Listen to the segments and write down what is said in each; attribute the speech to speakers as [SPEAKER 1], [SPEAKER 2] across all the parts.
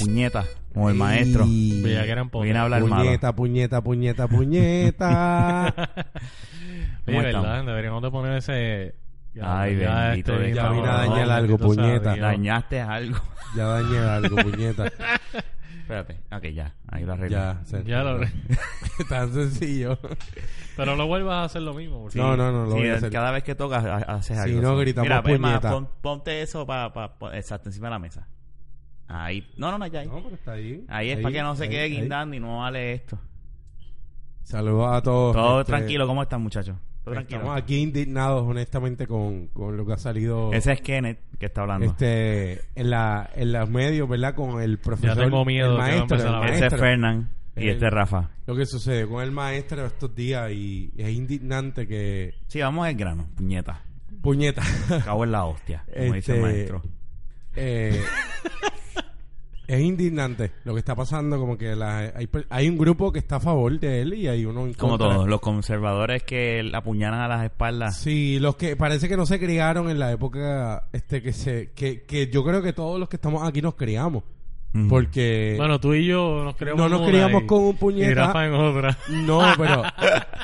[SPEAKER 1] puñeta, como el maestro.
[SPEAKER 2] Y-
[SPEAKER 3] Villagrán Poder.
[SPEAKER 1] Viene a hablar malo.
[SPEAKER 2] Puñeta, puñeta, puñeta, puñeta.
[SPEAKER 3] Oye,
[SPEAKER 1] ¿Cómo
[SPEAKER 3] verdad,
[SPEAKER 1] estamos?
[SPEAKER 3] deberíamos de poner ese...
[SPEAKER 1] Ay, bendito,
[SPEAKER 3] este-
[SPEAKER 1] ya vine a
[SPEAKER 3] cabrón,
[SPEAKER 1] dañar
[SPEAKER 2] algo,
[SPEAKER 3] bendito
[SPEAKER 2] puñeta.
[SPEAKER 3] sea Dios.
[SPEAKER 1] Dañaste algo.
[SPEAKER 2] ya dañé algo, puñeta.
[SPEAKER 1] Espérate. Ok, ya. Ahí lo arreglé.
[SPEAKER 2] Ya, se-
[SPEAKER 3] Ya lo-
[SPEAKER 2] Tan sencillo.
[SPEAKER 3] Pero no vuelvas a hacer lo mismo. porque-
[SPEAKER 1] Sí.
[SPEAKER 2] No, no, no, lo
[SPEAKER 1] Sí,
[SPEAKER 2] voy a hacer.
[SPEAKER 1] Cada vez que tocas, ha- haces
[SPEAKER 2] Si
[SPEAKER 1] algo.
[SPEAKER 2] no,
[SPEAKER 1] así.
[SPEAKER 2] gritamos
[SPEAKER 1] Mira, pues, ma,
[SPEAKER 2] puñeta.
[SPEAKER 1] pon- ponte eso para... exacto, encima de la mesa. Ahí. No, no, no, ya ahí.
[SPEAKER 2] No, pero está ahí.
[SPEAKER 1] ahí es para que no se
[SPEAKER 2] ahí,
[SPEAKER 1] quede
[SPEAKER 2] ahí.
[SPEAKER 1] guindando y no vale esto.
[SPEAKER 2] Saludos a todos.
[SPEAKER 1] Todo
[SPEAKER 2] este,
[SPEAKER 1] tranquilo. ¿Cómo están, muchachos? Todo tranquilo.
[SPEAKER 2] Estamos aquí indignados, honestamente, con, con lo que ha salido
[SPEAKER 1] Ese es Kenneth que está hablando.
[SPEAKER 2] pues. este en, la, en los medios, ¿verdad? Con el profesor.
[SPEAKER 3] tengo
[SPEAKER 2] el
[SPEAKER 3] miedo que va a
[SPEAKER 2] maestro.
[SPEAKER 3] empezar
[SPEAKER 2] el
[SPEAKER 3] a hablar.
[SPEAKER 1] Ese es
[SPEAKER 2] maestro.
[SPEAKER 1] Fernán y
[SPEAKER 2] El-
[SPEAKER 1] este es Rafa.
[SPEAKER 2] Lo que sucede con el maestro estos días y es indignante que.
[SPEAKER 1] Sí, vamos al grano, puñeta.
[SPEAKER 2] Puñeta.
[SPEAKER 1] Cago en la hostia, como dice el
[SPEAKER 2] Este,
[SPEAKER 1] maestro.
[SPEAKER 2] Eh, es indignante lo que está pasando. Como que la- hay, per- hay un grupo que está a favor de él y hay uno en
[SPEAKER 1] Como
[SPEAKER 2] contra.
[SPEAKER 1] todos, los conservadores que le apuñalan a las espaldas.
[SPEAKER 2] Sí, los que parece que no se criaron en la época este que se que, que yo creo que todos los que estamos aquí nos criamos
[SPEAKER 1] Mm.
[SPEAKER 2] porque
[SPEAKER 3] Bueno, tú y yo nos creamos
[SPEAKER 2] eh. No nos
[SPEAKER 3] en una
[SPEAKER 2] criamos
[SPEAKER 3] y-
[SPEAKER 2] con un puñeta.
[SPEAKER 3] Y Rafa en otra.
[SPEAKER 2] no, pero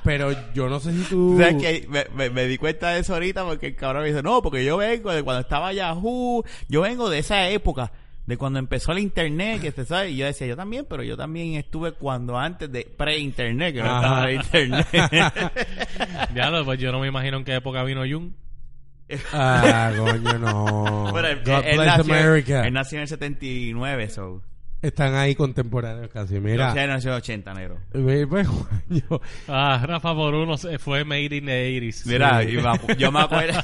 [SPEAKER 2] pero yo no sé si tú
[SPEAKER 1] O sea, es que me, me- me di cuenta de eso ahorita porque el cabrón me dice, no, porque yo vengo de cuando estaba Yahoo, yo vengo de esa época, de cuando empezó el internet, que se sabe, y yo decía, yo también, pero yo también estuve cuando antes de pre-internet, que no estaba
[SPEAKER 2] Ajá.
[SPEAKER 1] el internet.
[SPEAKER 3] Ya, lo- pues yo no me imagino en qué época vino Jung.
[SPEAKER 2] Ah, coño, no.
[SPEAKER 1] Bueno, él,
[SPEAKER 2] God
[SPEAKER 1] él
[SPEAKER 2] bless
[SPEAKER 1] nació,
[SPEAKER 2] America.
[SPEAKER 1] él nació en el 79, so.
[SPEAKER 2] Están ahí contemporáneos casi,
[SPEAKER 1] O sea,
[SPEAKER 2] mira.
[SPEAKER 1] él nació en el 80, negro.
[SPEAKER 2] Ve, ve, coño.
[SPEAKER 3] Ah, Rafa por uno se fue made in the 80s.
[SPEAKER 1] Mira, y me acu- yo me acuerdo.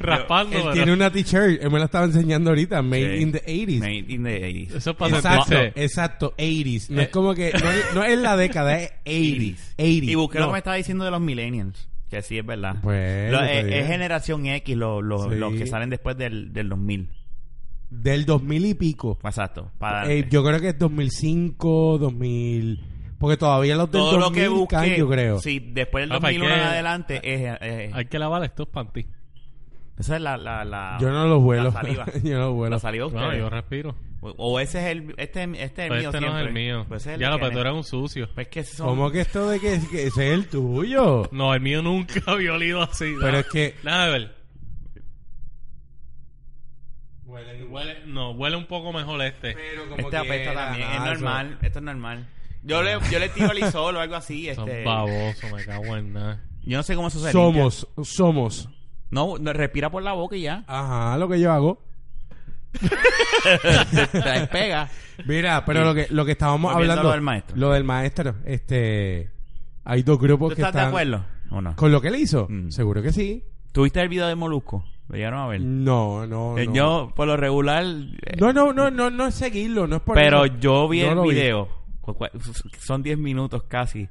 [SPEAKER 3] Raspando,
[SPEAKER 2] Él
[SPEAKER 3] pero-
[SPEAKER 2] tiene una t-shirt, él me la estaba enseñando ahorita, made
[SPEAKER 1] Sí.
[SPEAKER 2] in the 80s.
[SPEAKER 1] Made in the 80s.
[SPEAKER 3] Eso es para
[SPEAKER 2] Exacto, Eh,
[SPEAKER 3] sentirse-
[SPEAKER 2] exacto, 80s. No es como que no, es- no es la década, es 80s. 80s.
[SPEAKER 1] Y busqué lo
[SPEAKER 2] No.
[SPEAKER 1] que me estaba diciendo de los millennials. Que sí es verdad.
[SPEAKER 2] Bueno,
[SPEAKER 1] Lo- eh,
[SPEAKER 2] está
[SPEAKER 1] es,
[SPEAKER 2] bien.
[SPEAKER 1] es generación X lo- lo-
[SPEAKER 2] Sí.
[SPEAKER 1] los que salen después del, del 2000.
[SPEAKER 2] Del 2000 y pico.
[SPEAKER 1] Exacto. Para
[SPEAKER 2] Eh,
[SPEAKER 1] adelante.
[SPEAKER 2] yo creo que es 2005, 2000. Porque todavía los del
[SPEAKER 1] Todo lo
[SPEAKER 2] 2000
[SPEAKER 1] que busqué,
[SPEAKER 2] caen, yo creo.
[SPEAKER 1] Sí, después del
[SPEAKER 3] Ah, pues,
[SPEAKER 1] 2001
[SPEAKER 3] hay
[SPEAKER 1] en
[SPEAKER 3] que-
[SPEAKER 1] adelante es... es-
[SPEAKER 3] Hay que lavar estos panties.
[SPEAKER 1] esa es la, la, la-
[SPEAKER 2] yo no los vuelo.
[SPEAKER 1] La saliva.
[SPEAKER 2] yo no los vuelo.
[SPEAKER 1] la saliva de
[SPEAKER 3] Bueno,
[SPEAKER 1] ustedes.
[SPEAKER 3] yo respiro.
[SPEAKER 1] o, o ese es el... Este, es- este es el
[SPEAKER 3] Pero
[SPEAKER 1] mío
[SPEAKER 3] este no es el
[SPEAKER 1] siempre.
[SPEAKER 3] mío.
[SPEAKER 1] Pues ese es el
[SPEAKER 3] ya,
[SPEAKER 1] de
[SPEAKER 3] lo pero tú
[SPEAKER 1] Kenneth.
[SPEAKER 3] eres un sucio.
[SPEAKER 1] Pues es que son...
[SPEAKER 2] ¿Cómo que esto de que, que ese es el tuyo?
[SPEAKER 3] No, el mío nunca había olido así.
[SPEAKER 2] Pero es que.
[SPEAKER 1] Este
[SPEAKER 3] Nada de ver. Huele, no, huele un poco mejor este.
[SPEAKER 1] Este apesta también. Es normal. Esto es normal. Yo le, yo le tiro el solo o algo así.
[SPEAKER 3] Son
[SPEAKER 1] Este,
[SPEAKER 3] babosos, me cago en nada.
[SPEAKER 1] yo no sé cómo eso se limpia.
[SPEAKER 2] Somos, somos.
[SPEAKER 1] No, no, respira por la boca y ya.
[SPEAKER 2] Ajá, lo que yo hago.
[SPEAKER 1] Te despega.
[SPEAKER 2] Mira, pero lo que, lo que estábamos
[SPEAKER 1] Volviendo a
[SPEAKER 2] hablando.
[SPEAKER 1] lo del maestro.
[SPEAKER 2] Lo del maestro. Este. Hay dos grupos
[SPEAKER 1] ¿Tú
[SPEAKER 2] que
[SPEAKER 1] estás
[SPEAKER 2] están.
[SPEAKER 1] de acuerdo o no?
[SPEAKER 2] ¿Con lo que le hizo?
[SPEAKER 1] Mm.
[SPEAKER 2] Seguro que sí.
[SPEAKER 1] ¿Tuviste el video de Molusco? Lo llegaron a ver.
[SPEAKER 2] No, no,
[SPEAKER 1] Eh,
[SPEAKER 2] no.
[SPEAKER 1] Yo, por lo regular... eh,
[SPEAKER 2] No, no, no, no, no es seguirlo, no es por
[SPEAKER 1] pero
[SPEAKER 2] eso.
[SPEAKER 1] yo vi
[SPEAKER 2] No
[SPEAKER 1] el
[SPEAKER 2] lo
[SPEAKER 1] video. Cu- cu- Son 10 minutos casi.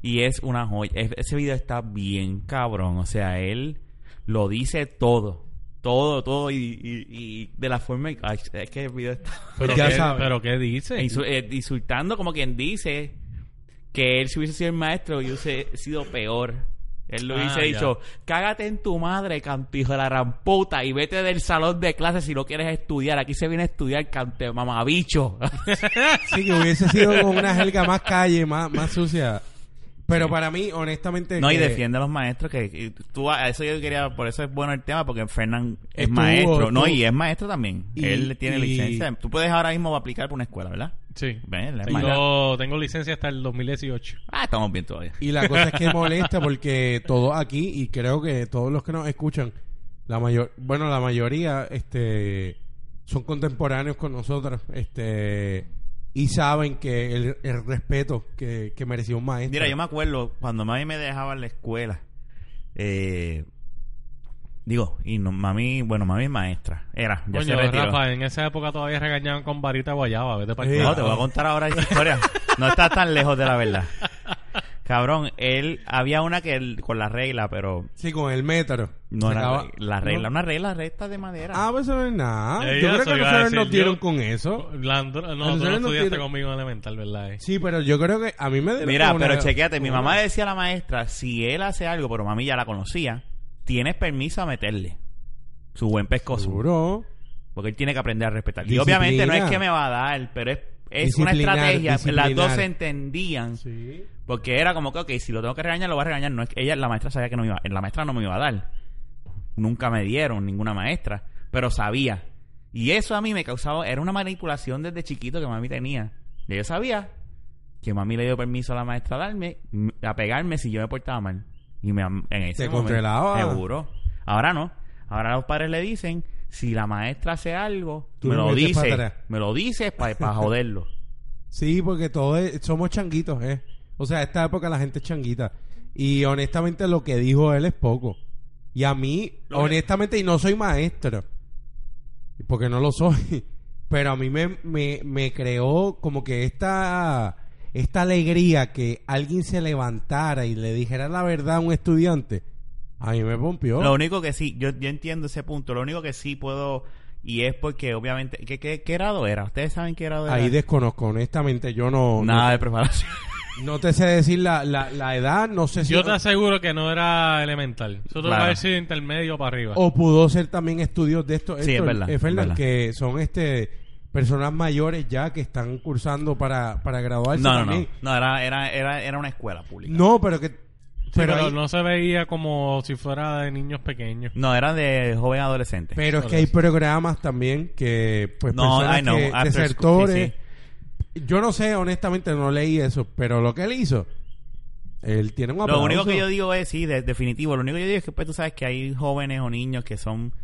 [SPEAKER 1] Y es una joya. Es- Ese video está bien cabrón. O sea, él lo dice todo. Todo, todo. Y, y- y de la forma... en- ay, es que el video está...
[SPEAKER 3] Pero,
[SPEAKER 2] Ya
[SPEAKER 3] qué,
[SPEAKER 2] sabes.
[SPEAKER 3] pero ¿qué dice?
[SPEAKER 1] Insu- eh, insultando como quien dice que él si hubiese sido el maestro hubiese sido peor. Él lo
[SPEAKER 3] Ah,
[SPEAKER 1] hubiese
[SPEAKER 3] ya.
[SPEAKER 1] dicho, cágate en tu madre, cantijo de la ramputa, y vete del salón de clases si no quieres estudiar. Aquí se viene a estudiar, cante mamabicho.
[SPEAKER 2] Sí, que hubiese sido con una jerga más calle, más, más sucia. Pero para mí, honestamente... eh,
[SPEAKER 1] no, y
[SPEAKER 2] que
[SPEAKER 1] defiende a los maestros, que y tú, a eso yo quería, por eso es bueno el tema, porque Fernán es
[SPEAKER 2] Estuvo-
[SPEAKER 1] maestro. No,
[SPEAKER 2] estuvo-
[SPEAKER 1] y es maestro también.
[SPEAKER 2] Y-
[SPEAKER 1] él tiene
[SPEAKER 2] y-
[SPEAKER 1] licencia. Tú puedes ahora mismo aplicar por una escuela, ¿verdad?
[SPEAKER 3] Sí.
[SPEAKER 1] Ven, la
[SPEAKER 3] Tengo, tengo licencia hasta el 2018.
[SPEAKER 1] Ah, estamos bien todavía.
[SPEAKER 2] Y la cosa es que molesta porque todos aquí, y creo que todos los que nos escuchan, la mayor... Bueno, la mayoría, este... Son contemporáneos con nosotros, este... Y saben que el, el respeto que, que merecía un maestro.
[SPEAKER 1] Mira, yo me acuerdo cuando mami me dejaba en la escuela. eh, digo, y no, mami, bueno, mami es maestra. Era, ya se
[SPEAKER 3] Coño,
[SPEAKER 1] retiró.
[SPEAKER 3] Rafa, en esa época todavía regañaban con varita guayaba. Vete para
[SPEAKER 2] Eh,
[SPEAKER 1] No, te voy a contar ahora esa historia. No está tan lejos de la verdad. Cabrón, él, había una que él- con la regla, pero
[SPEAKER 2] Sí, con el metro.
[SPEAKER 1] no
[SPEAKER 2] Se
[SPEAKER 1] era
[SPEAKER 2] acaba-
[SPEAKER 1] la regla,
[SPEAKER 2] No.
[SPEAKER 1] una regla recta de madera.
[SPEAKER 2] Ah, pues eso no es nada.
[SPEAKER 3] Eh,
[SPEAKER 2] yo
[SPEAKER 3] ya,
[SPEAKER 2] creo
[SPEAKER 3] eso
[SPEAKER 2] que
[SPEAKER 3] iba a
[SPEAKER 2] nosotros
[SPEAKER 3] decir
[SPEAKER 2] nos dieron
[SPEAKER 3] yo.
[SPEAKER 2] con eso.
[SPEAKER 3] Landro- no,
[SPEAKER 2] Nosotros
[SPEAKER 3] tú no
[SPEAKER 2] no
[SPEAKER 3] estudiaste
[SPEAKER 2] tiene-
[SPEAKER 3] conmigo en elemental, ¿verdad? Eh?
[SPEAKER 2] Sí, pero yo creo que a mí me dieron
[SPEAKER 1] Mira,
[SPEAKER 2] con una-
[SPEAKER 1] pero chequéate, mi
[SPEAKER 2] con
[SPEAKER 1] mamá
[SPEAKER 2] una-
[SPEAKER 1] decía a la maestra, si él hace algo, pero mami ya la conocía, tienes permiso a meterle su buen pescoso.
[SPEAKER 2] Seguro.
[SPEAKER 1] Porque él tiene que aprender a respetar. Y
[SPEAKER 2] Disciplina.
[SPEAKER 1] obviamente no es que me va a dar, pero es, es una
[SPEAKER 2] Disciplinar,
[SPEAKER 1] estrategia. Las dos
[SPEAKER 2] disciplinar.
[SPEAKER 1] se entendían.
[SPEAKER 2] Sí.
[SPEAKER 1] Porque era como que, ok, si lo tengo que regañar, lo voy a regañar. No es que ella, la maestra sabía que no me iba, eh, la maestra no me iba a dar. Nunca me dieron ninguna maestra, pero sabía. Y eso a mí me causaba, era una manipulación desde chiquito que mami tenía. Y yo sabía que mami le dio permiso a la maestra a darme, m- a pegarme si yo me portaba mal. Y me, am- en ese
[SPEAKER 2] Te
[SPEAKER 1] momento,
[SPEAKER 2] controlaba.
[SPEAKER 1] Seguro. Ahora no. Ahora los padres le dicen, si la maestra hace algo,
[SPEAKER 2] Tú
[SPEAKER 1] me lo
[SPEAKER 2] lo metes pa'
[SPEAKER 1] dice.
[SPEAKER 2] atrás.
[SPEAKER 1] Me lo dice para joderlo.
[SPEAKER 2] Sí, porque todos es- somos changuitos, ¿eh? O sea, esta época la gente es changuita. Y honestamente lo que dijo él es poco. Y a mí,
[SPEAKER 1] Lo que-
[SPEAKER 2] honestamente, y no soy maestro, porque no lo soy, pero a mí me, me, me creó como que esta, esta alegría que alguien se levantara y le dijera la verdad a un estudiante, a mí me pompió.
[SPEAKER 1] Lo único que sí, yo, yo entiendo ese punto. Lo único que sí puedo, y es porque obviamente, ¿qué, qué, qué grado era? ¿Ustedes saben qué grado era?
[SPEAKER 2] Ahí desconozco, honestamente, yo no,
[SPEAKER 1] Nada de preparación.
[SPEAKER 2] no, no te sé decir la, la, la edad, no sé si...
[SPEAKER 3] Yo te aseguro que no era elemental. Eso tuvo que
[SPEAKER 1] Claro.
[SPEAKER 3] haber sido intermedio para arriba.
[SPEAKER 2] O pudo ser también estudios de esto.
[SPEAKER 1] Sí, es verdad,
[SPEAKER 2] eh,
[SPEAKER 1] es
[SPEAKER 2] Fernan,
[SPEAKER 1] verdad.
[SPEAKER 2] que son este personas mayores ya que están cursando para, para graduarse.
[SPEAKER 1] No, no, no.
[SPEAKER 2] también.
[SPEAKER 1] No, era, era, era, era una escuela pública. No,
[SPEAKER 2] No, pero que.
[SPEAKER 3] Sí,
[SPEAKER 2] pero
[SPEAKER 3] pero
[SPEAKER 2] hay-
[SPEAKER 3] no se veía como si fuera de niños pequeños.
[SPEAKER 1] era de joven adolescente.
[SPEAKER 2] pero es que hay programas también que. Pues,
[SPEAKER 1] no,
[SPEAKER 2] personas
[SPEAKER 1] I know.
[SPEAKER 2] que-
[SPEAKER 1] after school, sí,
[SPEAKER 2] desertores. Yo no sé, honestamente, no leí eso. Pero lo que él hizo. Él tiene un
[SPEAKER 1] sí.
[SPEAKER 2] aplauso.
[SPEAKER 1] Lo único que yo digo es, sí, de- definitivo. Lo único que yo digo es que pues, tú sabes que hay jóvenes o niños que son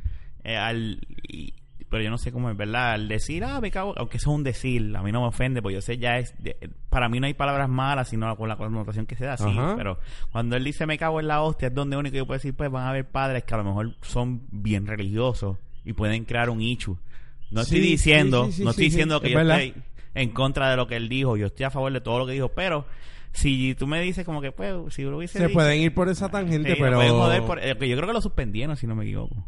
[SPEAKER 1] eh, al... y- pero yo no sé cómo es, ¿verdad? Al decir, ah, me cago... Aunque eso es un decir, a mí no me ofende, porque yo sé ya es... de- para mí no hay palabras malas, sino con la connotación que se da, sí.
[SPEAKER 2] Ajá.
[SPEAKER 1] Pero cuando él dice me cago en la hostia, es donde único que yo puedo decir, pues van a haber padres que a lo mejor son bien religiosos y pueden crear un ichu. No
[SPEAKER 2] Sí,
[SPEAKER 1] estoy
[SPEAKER 2] sí,
[SPEAKER 1] diciendo,
[SPEAKER 2] sí, sí,
[SPEAKER 1] no
[SPEAKER 2] sí,
[SPEAKER 1] estoy diciendo
[SPEAKER 2] sí,
[SPEAKER 1] que
[SPEAKER 2] es
[SPEAKER 1] yo
[SPEAKER 2] verdad.
[SPEAKER 1] estoy en contra de lo que él dijo, yo estoy a favor de todo lo que dijo, pero si tú me dices como que pues si lo hubiese
[SPEAKER 2] Se
[SPEAKER 1] dicho,
[SPEAKER 2] pueden ir por esa tangente,
[SPEAKER 1] sí, lo
[SPEAKER 2] pero.
[SPEAKER 1] pueden joder por- eh, que yo creo que lo suspendieron si no me equivoco.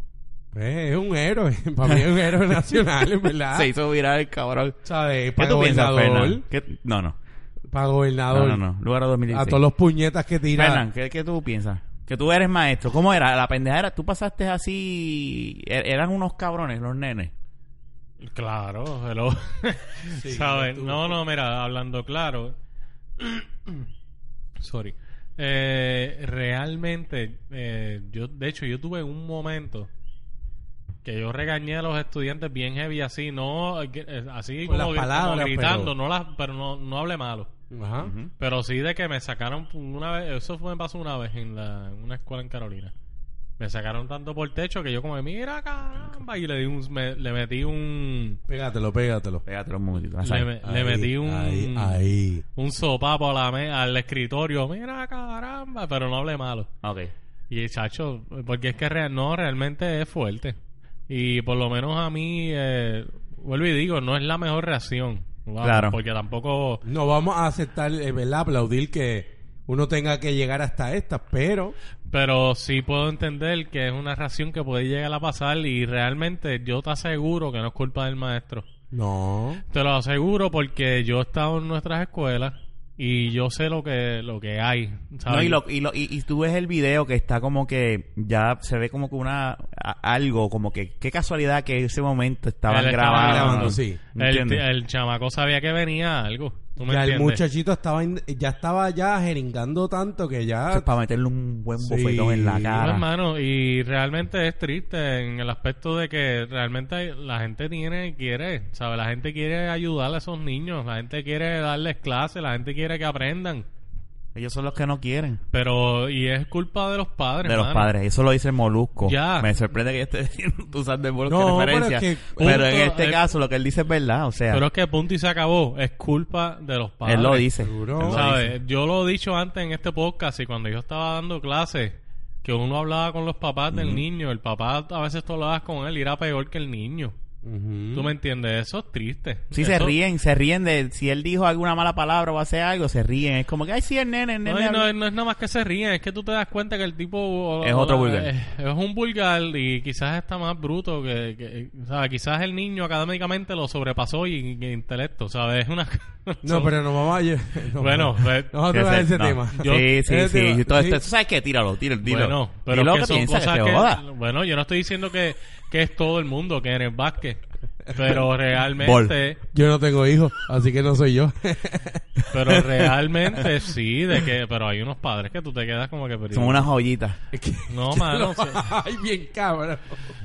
[SPEAKER 2] Pues, es un héroe. Para mí es un héroe nacional, en ¿verdad?
[SPEAKER 1] Se hizo viral el cabrón.
[SPEAKER 2] ¿Sabes?
[SPEAKER 1] ¿Qué
[SPEAKER 2] Para
[SPEAKER 1] tú piensas,
[SPEAKER 2] gobernador.
[SPEAKER 1] Fernan? ¿Qué- No, no.
[SPEAKER 2] Para
[SPEAKER 1] No,
[SPEAKER 2] gobernador.
[SPEAKER 1] no, no. Lugar a 2016.
[SPEAKER 2] A todos los puñetas que tiran.
[SPEAKER 1] Fernan, ¿qué, qué tú piensas? Que tú eres maestro. ¿Cómo era? La pendejera, tú pasaste así. er- Eran unos cabrones los nenes.
[SPEAKER 3] Claro, hello.
[SPEAKER 2] Sí,
[SPEAKER 3] ¿Sabes?
[SPEAKER 2] tú-
[SPEAKER 3] No, no, mira, hablando claro. Sorry. Eh, realmente, eh, yo, de hecho, yo tuve un momento que yo regañé a los estudiantes bien heavy así, no, eh, que- eh, así
[SPEAKER 2] Con
[SPEAKER 3] como,
[SPEAKER 2] las
[SPEAKER 3] gri- como
[SPEAKER 2] palabras,
[SPEAKER 3] gritando,
[SPEAKER 2] pero-
[SPEAKER 3] no las, pero no, no hablé malo.
[SPEAKER 2] Ajá.
[SPEAKER 3] Pero sí de que me sacaron una vez, eso fue, me pasó una vez en, la, en una escuela en Carolina. Me sacaron tanto por techo que yo como, mira caramba, y le, di un, me- le metí un...
[SPEAKER 2] Pégatelo, pégatelo.
[SPEAKER 1] Pégate los muñequitos.
[SPEAKER 3] Le, me- le
[SPEAKER 2] Ahí,
[SPEAKER 3] metí un,
[SPEAKER 2] Ahí, ahí.
[SPEAKER 3] un sopapo a la me- al escritorio, mira caramba, pero no hablé malo.
[SPEAKER 1] Ok.
[SPEAKER 3] Y chacho, porque es que real- no, realmente es fuerte. Y por lo menos a mí, eh, vuelvo y digo, no es la mejor reacción. Vamos,
[SPEAKER 1] Claro.
[SPEAKER 3] Porque tampoco...
[SPEAKER 2] No vamos a aceptar, eh, ¿verdad? Aplaudir que uno tenga que llegar hasta estas, pero.
[SPEAKER 3] Pero sí puedo entender que es una reacción que puede llegar a pasar y realmente yo te aseguro que no es culpa del maestro.
[SPEAKER 2] No.
[SPEAKER 3] Te lo aseguro porque yo he estado en nuestras escuelas y yo sé lo que lo que hay. ¿sabes?
[SPEAKER 1] No, y, lo, y, lo- y- y tú ves el video que está como que ya se ve como que una a- algo, como que qué casualidad que ese momento estaban
[SPEAKER 3] Él estaba
[SPEAKER 1] grabando.
[SPEAKER 2] grabando, sí.
[SPEAKER 3] el,
[SPEAKER 1] ¿Entiendes?
[SPEAKER 3] el chamaco sabía que venía algo. ¿Tú me
[SPEAKER 2] Ya el
[SPEAKER 3] entiendes?
[SPEAKER 2] muchachito estaba in- ya estaba ya jeringando tanto que
[SPEAKER 1] Eso es
[SPEAKER 2] ya.
[SPEAKER 1] para meterle un buen
[SPEAKER 2] Sí.
[SPEAKER 1] bofetón en la
[SPEAKER 3] No,
[SPEAKER 1] cara.
[SPEAKER 3] hermano, y realmente es triste en el aspecto de que realmente la gente tiene, quiere, ¿sabes? La gente quiere ayudar a esos niños, la gente quiere darles clases, la gente quiere que aprendan.
[SPEAKER 1] Ellos son los que no quieren.
[SPEAKER 3] Pero, y es culpa de los padres.
[SPEAKER 1] De los
[SPEAKER 3] mano.
[SPEAKER 1] padres, eso lo dice el Molusco.
[SPEAKER 3] Ya.
[SPEAKER 1] Me sorprende que yo esté diciendo- tú usando el Molusco
[SPEAKER 2] No,
[SPEAKER 1] de
[SPEAKER 2] pero
[SPEAKER 1] referencia. Pero,
[SPEAKER 2] es que-
[SPEAKER 1] en
[SPEAKER 3] punto,
[SPEAKER 1] este
[SPEAKER 3] eh,
[SPEAKER 1] caso, lo que él dice es verdad. O sea,
[SPEAKER 3] Pero es que punto y se acabó. Es culpa de los padres.
[SPEAKER 1] él lo dice.
[SPEAKER 2] Seguro.
[SPEAKER 1] Él lo
[SPEAKER 3] ¿Sabes?
[SPEAKER 1] dice.
[SPEAKER 3] Yo lo he dicho antes en este podcast y cuando yo estaba dando clases, que uno hablaba con los papás del niño, el papá a veces tú hablabas con él y era peor que el niño.
[SPEAKER 2] Ujú.
[SPEAKER 3] ¿Tú me entiendes? Eso es triste.
[SPEAKER 1] Sí,
[SPEAKER 3] Eso-
[SPEAKER 1] se ríen, se ríen de si él dijo alguna mala palabra o hace algo, se ríen. Es como que, ay, sí, el nene, el
[SPEAKER 3] No,
[SPEAKER 1] nene.
[SPEAKER 3] y no,
[SPEAKER 1] habla".
[SPEAKER 3] no es nada más que se ríen, es que tú te das cuenta que el tipo... o-
[SPEAKER 1] Es
[SPEAKER 3] o
[SPEAKER 1] otro
[SPEAKER 3] la-
[SPEAKER 1] vulgar.
[SPEAKER 3] Es, es un vulgar y quizás está más bruto que... que- o sea, quizás el niño académicamente lo sobrepasó y, y intelecto, ¿sabes? Es una...
[SPEAKER 2] No, pero no vamos a. no,
[SPEAKER 3] Bueno, pues,
[SPEAKER 2] no vamos a tocar
[SPEAKER 1] Sí,
[SPEAKER 2] ese
[SPEAKER 1] no.
[SPEAKER 2] tema.
[SPEAKER 1] Sí,
[SPEAKER 3] Yo-
[SPEAKER 1] sí,
[SPEAKER 2] ese
[SPEAKER 1] sí.
[SPEAKER 2] tema.
[SPEAKER 1] Todo esto-
[SPEAKER 2] Sí.
[SPEAKER 1] ¿tú ¿Sabes qué? Tíralo, tíralo, tíralo.
[SPEAKER 3] Bueno, pero
[SPEAKER 1] Dilo
[SPEAKER 3] que son
[SPEAKER 1] piensa,
[SPEAKER 3] cosas
[SPEAKER 1] te
[SPEAKER 3] que...
[SPEAKER 1] joda.
[SPEAKER 3] Bueno, yo no estoy diciendo que, que es todo el mundo, que eres Vázquez. Pero realmente,
[SPEAKER 2] Yo no tengo hijos, así que no soy yo.
[SPEAKER 3] pero realmente sí, de que, pero hay unos padres que tú te quedas como que perdido.
[SPEAKER 1] Son unas joyitas.
[SPEAKER 3] No, mano, so-
[SPEAKER 2] Ay, bien cabrón.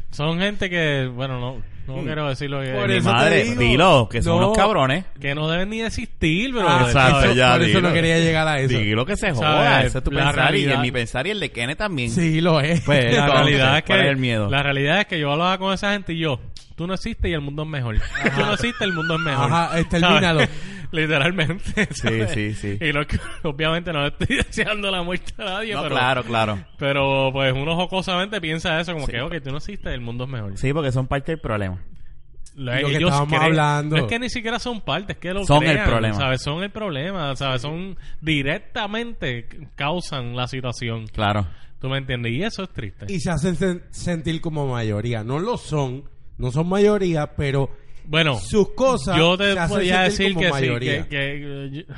[SPEAKER 3] son gente que, bueno, no,
[SPEAKER 1] Mm.
[SPEAKER 3] no quiero decirlo que,
[SPEAKER 2] Por
[SPEAKER 3] ni
[SPEAKER 2] eso
[SPEAKER 3] más,
[SPEAKER 1] Madre,
[SPEAKER 2] te digo.
[SPEAKER 1] dilo, que son
[SPEAKER 2] No.
[SPEAKER 1] unos cabrones.
[SPEAKER 3] que no deben ni existir, pero
[SPEAKER 2] Ah,
[SPEAKER 1] exacto,
[SPEAKER 2] eso-
[SPEAKER 1] ya,
[SPEAKER 2] por eso
[SPEAKER 1] dilo.
[SPEAKER 2] no quería llegar a eso.
[SPEAKER 1] Dilo que se
[SPEAKER 3] ¿Sabes?
[SPEAKER 1] joda. Ese es tu
[SPEAKER 3] La
[SPEAKER 1] pensar y el
[SPEAKER 3] realidad-
[SPEAKER 1] mi pensar y el de Kenneth también.
[SPEAKER 2] Sí, lo es.
[SPEAKER 1] Pues,
[SPEAKER 3] la
[SPEAKER 1] entonces,
[SPEAKER 3] realidad es que
[SPEAKER 1] ¿cuál es el miedo?
[SPEAKER 3] la realidad es que yo hablaba con esa gente y yo, tú no existes y el mundo es mejor. Tú no existes, el mundo es mejor.
[SPEAKER 2] Ajá, eh,
[SPEAKER 3] ¿Sabes?
[SPEAKER 2] termínalo.
[SPEAKER 3] Literalmente.
[SPEAKER 1] Sí,
[SPEAKER 3] ¿sabes?
[SPEAKER 1] sí, sí.
[SPEAKER 3] Y no es que- obviamente no le estoy deseando la muerte a nadie,
[SPEAKER 1] No,
[SPEAKER 3] pero,
[SPEAKER 1] claro, claro.
[SPEAKER 3] pero pues uno jocosamente piensa eso, como
[SPEAKER 1] Sí.
[SPEAKER 3] que, ok, tú no existes, el mundo es mejor.
[SPEAKER 1] Sí, porque son parte del problema.
[SPEAKER 3] Lo-
[SPEAKER 2] Lo que estábamos
[SPEAKER 3] creen-
[SPEAKER 2] hablando.
[SPEAKER 3] No es que ni siquiera son partes, que lo
[SPEAKER 1] Son
[SPEAKER 3] crean,
[SPEAKER 1] el problema.
[SPEAKER 3] ¿sabes? Son el problema, ¿sabes? Son directamente causan la situación.
[SPEAKER 1] Claro.
[SPEAKER 3] ¿Tú me entiendes? Y eso es triste.
[SPEAKER 2] Y se hacen sen- sentir como mayoría. No lo son, no son mayoría, pero
[SPEAKER 3] bueno,
[SPEAKER 2] sus cosas
[SPEAKER 3] yo te
[SPEAKER 2] se hacen
[SPEAKER 3] podría
[SPEAKER 2] sentir
[SPEAKER 3] decir
[SPEAKER 2] como
[SPEAKER 3] que
[SPEAKER 2] mayoría.
[SPEAKER 3] sí, que, que, eh, yo,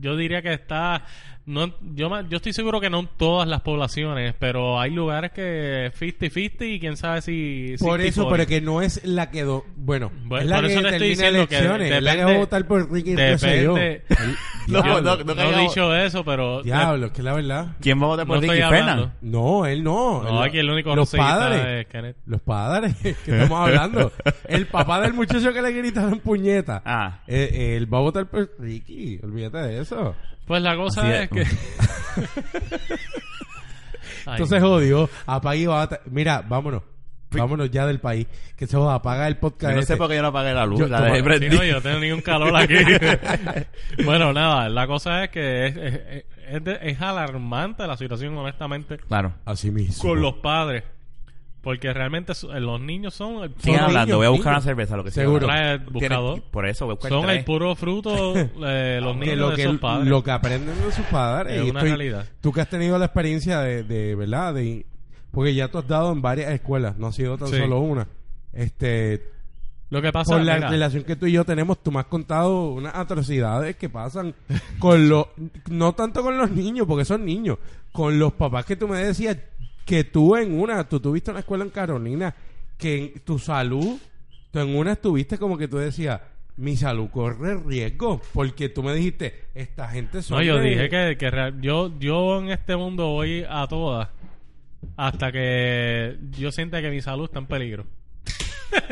[SPEAKER 3] yo diría que está... No, yo, ma- yo estoy seguro que no en todas las poblaciones, pero hay lugares que 50-50 y quién sabe si...
[SPEAKER 2] Por
[SPEAKER 3] 60-40.
[SPEAKER 2] eso, pero que no es la que... do- bueno,
[SPEAKER 3] Bueno,
[SPEAKER 2] es la
[SPEAKER 3] por
[SPEAKER 2] que
[SPEAKER 3] eso te estoy
[SPEAKER 2] determina
[SPEAKER 3] diciendo que
[SPEAKER 2] elecciones. es la que va a
[SPEAKER 3] depende-
[SPEAKER 2] votar por Ricky Rosselló.
[SPEAKER 3] Depende...
[SPEAKER 1] No, no,
[SPEAKER 3] Yo
[SPEAKER 1] no
[SPEAKER 3] no he
[SPEAKER 1] caigamos.
[SPEAKER 3] dicho eso, pero...
[SPEAKER 2] Diablo, es que la verdad...
[SPEAKER 1] ¿Quién va a votar por
[SPEAKER 3] No
[SPEAKER 1] Ricky
[SPEAKER 3] estoy hablando.
[SPEAKER 1] Fernández?
[SPEAKER 2] No, él no.
[SPEAKER 3] No,
[SPEAKER 2] Él-
[SPEAKER 3] aquí el único
[SPEAKER 2] Los
[SPEAKER 3] rosellista
[SPEAKER 2] padres.
[SPEAKER 3] es Kenneth.
[SPEAKER 2] Los padres, que estamos hablando. El papá del muchacho que le gritaron puñeta.
[SPEAKER 1] Ah.
[SPEAKER 2] Eh, él va a votar por Ricky. Olvídate de eso.
[SPEAKER 3] Pues la cosa
[SPEAKER 1] Así
[SPEAKER 3] es,
[SPEAKER 1] es.
[SPEAKER 3] que... Ay,
[SPEAKER 2] Entonces jodió. Apaga y bata. Mira, vámonos. Vámonos ya del país. Que se joda. Apaga el podcast.
[SPEAKER 1] Yo no
[SPEAKER 2] este.
[SPEAKER 1] sé por qué yo no apagué la luz.
[SPEAKER 2] Yo-
[SPEAKER 1] la dejé
[SPEAKER 2] toma-
[SPEAKER 3] si
[SPEAKER 1] prendida.
[SPEAKER 3] no, yo tengo ningún calor aquí. bueno, nada, la cosa es que es, es- es de- es alarmante la situación, honestamente,
[SPEAKER 1] Claro.
[SPEAKER 2] Así mismo.
[SPEAKER 3] con los padres. Porque realmente su- los niños son el
[SPEAKER 1] Sigan
[SPEAKER 2] Son
[SPEAKER 1] hablando.
[SPEAKER 2] niños,
[SPEAKER 1] voy a buscar
[SPEAKER 2] niños.
[SPEAKER 1] una cerveza, lo que sea.
[SPEAKER 2] Seguro.
[SPEAKER 3] trae
[SPEAKER 1] Tienes-
[SPEAKER 3] buscador.
[SPEAKER 1] Por eso, voy a buscar
[SPEAKER 3] Son el
[SPEAKER 1] tres.
[SPEAKER 3] puro fruto eh, los
[SPEAKER 2] Que
[SPEAKER 3] niños
[SPEAKER 2] lo,
[SPEAKER 3] de
[SPEAKER 2] que,
[SPEAKER 3] esos padres.
[SPEAKER 2] lo que aprenden de sus padres.
[SPEAKER 3] Es
[SPEAKER 2] Y
[SPEAKER 3] una realidad.
[SPEAKER 2] Tú que has tenido la experiencia de, de ¿verdad? De, porque ya tú has dado en varias escuelas. No ha sido tan
[SPEAKER 3] Sí.
[SPEAKER 2] solo una. Este,
[SPEAKER 3] Lo que pasa
[SPEAKER 2] Por la
[SPEAKER 3] mira,
[SPEAKER 2] relación que tú y yo tenemos, tú me has contado unas atrocidades que pasan con los, no tanto con los niños, porque son niños, con los papás que tú me decías que tú en una, tú tuviste una escuela en Carolina, que en tu salud, tú en una estuviste como que tú decías, mi salud corre riesgo, porque tú me dijiste, esta gente son
[SPEAKER 3] No, yo
[SPEAKER 2] de-
[SPEAKER 3] dije que, que real- yo, yo en este mundo voy a todas hasta que yo sienta que mi salud está en peligro.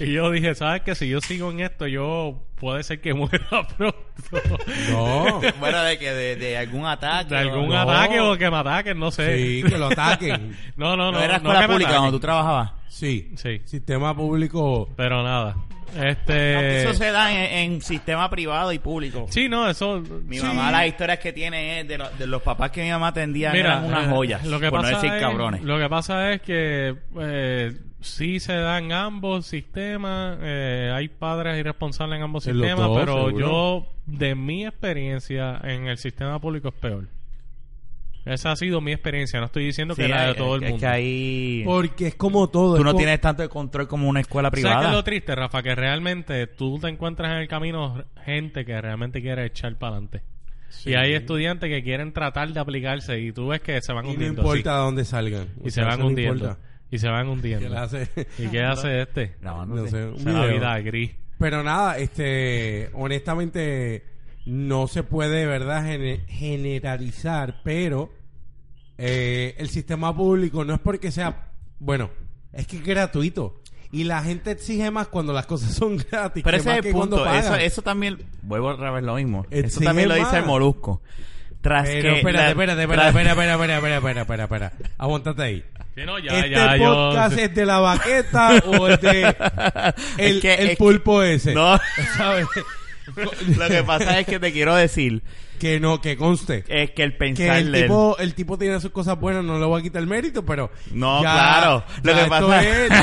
[SPEAKER 3] y yo dije, ¿sabes qué? Si yo sigo en esto, yo puede ser que muera pronto.
[SPEAKER 2] No,
[SPEAKER 1] Bueno, de que de, de algún ataque.
[SPEAKER 3] De algún
[SPEAKER 1] No.
[SPEAKER 3] ataque o que me ataquen, no sé.
[SPEAKER 2] sí, que lo ataquen.
[SPEAKER 3] No, no, no.
[SPEAKER 1] No, era Ah,
[SPEAKER 3] no
[SPEAKER 1] escuela
[SPEAKER 3] que me
[SPEAKER 1] pública
[SPEAKER 3] ataquen.
[SPEAKER 1] cuando tú trabajabas.
[SPEAKER 2] Sí,
[SPEAKER 3] Sí,
[SPEAKER 2] sistema público.
[SPEAKER 3] pero nada.
[SPEAKER 1] Aunque
[SPEAKER 3] Este...
[SPEAKER 2] Eh,
[SPEAKER 1] Eso se da en, en sistema privado y público.
[SPEAKER 3] Sí, no, eso...
[SPEAKER 1] Mi
[SPEAKER 3] sí.
[SPEAKER 1] mamá, las historias que tiene es de, lo- de los papás que mi mamá atendía
[SPEAKER 3] Mira,
[SPEAKER 1] eran unas
[SPEAKER 3] eh,
[SPEAKER 1] joyas.
[SPEAKER 3] Lo que
[SPEAKER 1] por
[SPEAKER 3] pasa
[SPEAKER 1] no decir
[SPEAKER 3] es,
[SPEAKER 1] cabrones.
[SPEAKER 3] Lo que pasa es que eh, sí se dan ambos sistemas, eh, hay padres irresponsables en ambos
[SPEAKER 2] En los
[SPEAKER 3] sistemas,
[SPEAKER 2] dos,
[SPEAKER 3] pero
[SPEAKER 2] seguro.
[SPEAKER 3] yo, de mi experiencia en el sistema público es peor. Esa ha sido mi experiencia, no estoy diciendo
[SPEAKER 1] Sí,
[SPEAKER 3] que la de
[SPEAKER 1] hay-
[SPEAKER 3] todo el
[SPEAKER 1] es
[SPEAKER 3] mundo.
[SPEAKER 1] que ahí
[SPEAKER 2] Porque es como todo.
[SPEAKER 1] tú
[SPEAKER 2] es
[SPEAKER 1] no
[SPEAKER 2] como-
[SPEAKER 1] tienes tanto de control como una escuela
[SPEAKER 3] ¿Sabes qué es
[SPEAKER 1] privada.
[SPEAKER 3] lo triste, Rafa? Que realmente tú te encuentras en el camino gente que realmente quiere echar para adelante. Y hay estudiantes que quieren tratar de aplicarse y tú ves que se van
[SPEAKER 2] Y no
[SPEAKER 3] hundiendo.
[SPEAKER 2] importa a dónde salgan.
[SPEAKER 3] sí. y
[SPEAKER 2] O
[SPEAKER 3] se
[SPEAKER 2] sea, eso
[SPEAKER 3] van
[SPEAKER 2] no
[SPEAKER 3] hundiendo.
[SPEAKER 2] importa.
[SPEAKER 3] Y se van
[SPEAKER 2] Que la
[SPEAKER 3] hundiendo.
[SPEAKER 2] hace-
[SPEAKER 3] ¿Y qué hace este?
[SPEAKER 1] Grabándote.
[SPEAKER 2] No sé, un
[SPEAKER 3] O sea, la
[SPEAKER 2] video.
[SPEAKER 3] vida gris.
[SPEAKER 2] Pero nada, este, honestamente, no se puede de verdad gene- generalizar, pero eh, el sistema público no es porque sea, bueno, es que es gratuito. Y la gente exige más cuando las cosas son gratis.
[SPEAKER 1] Pero
[SPEAKER 2] que
[SPEAKER 1] ese
[SPEAKER 2] más
[SPEAKER 1] es
[SPEAKER 2] que
[SPEAKER 1] el punto.
[SPEAKER 2] cuando pagan.
[SPEAKER 1] Eso, eso también, vuelvo otra vez lo mismo.
[SPEAKER 2] Eh,
[SPEAKER 1] Eso
[SPEAKER 2] sí,
[SPEAKER 1] también lo
[SPEAKER 2] es
[SPEAKER 1] dice el
[SPEAKER 2] más.
[SPEAKER 1] Molusco. Tras
[SPEAKER 2] Pero
[SPEAKER 1] que
[SPEAKER 2] espérate,
[SPEAKER 1] la-
[SPEAKER 2] espérate, espérate,
[SPEAKER 1] tras-
[SPEAKER 2] espérate, espérate, espérate, espérate, espérate, espérate, espérate. Aguántate ahí.
[SPEAKER 3] Sí, no, ya,
[SPEAKER 2] ¿Este
[SPEAKER 3] ya, yo-
[SPEAKER 2] podcast es de la baqueta o es de el,
[SPEAKER 1] Es que-
[SPEAKER 2] el
[SPEAKER 1] es que-
[SPEAKER 2] pulpo ese?
[SPEAKER 1] No,
[SPEAKER 2] ¿Sabes?
[SPEAKER 1] lo que pasa es que te quiero decir
[SPEAKER 2] que no, que conste.
[SPEAKER 1] es que el
[SPEAKER 2] que
[SPEAKER 1] pensar
[SPEAKER 2] el
[SPEAKER 1] de él-
[SPEAKER 2] tipo, el tipo tiene sus cosas buenas, no le voy a quitar el mérito, pero.
[SPEAKER 1] No, claro. Lo
[SPEAKER 2] ya
[SPEAKER 1] que
[SPEAKER 2] esto
[SPEAKER 1] pasa
[SPEAKER 2] es, eh,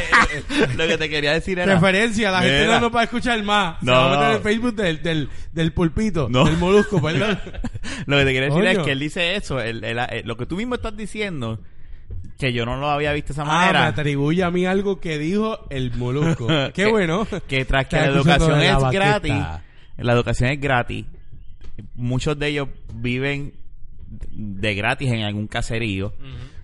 [SPEAKER 2] eh,
[SPEAKER 1] lo que te quería decir era
[SPEAKER 2] referencia, la gente
[SPEAKER 1] Mira.
[SPEAKER 2] no nos va a escuchar más.
[SPEAKER 1] No.
[SPEAKER 2] Se va a meter en el Facebook del, del, del pulpito,
[SPEAKER 1] No.
[SPEAKER 2] del molusco, perdón.
[SPEAKER 1] Lo que te quiero decir
[SPEAKER 2] Coño.
[SPEAKER 1] es que él dice eso, él- él- él- lo que tú mismo estás diciendo, que yo no lo había visto de esa
[SPEAKER 2] Ah, me
[SPEAKER 1] manera,
[SPEAKER 2] atribuye a mí algo que dijo el molusco. Qué
[SPEAKER 1] Que-
[SPEAKER 2] bueno.
[SPEAKER 1] que tras que
[SPEAKER 2] Está
[SPEAKER 1] la
[SPEAKER 2] acusando
[SPEAKER 1] educación
[SPEAKER 2] de la
[SPEAKER 1] es
[SPEAKER 2] baqueta.
[SPEAKER 1] gratis, la educación es gratis, muchos de ellos viven de gratis en algún caserío,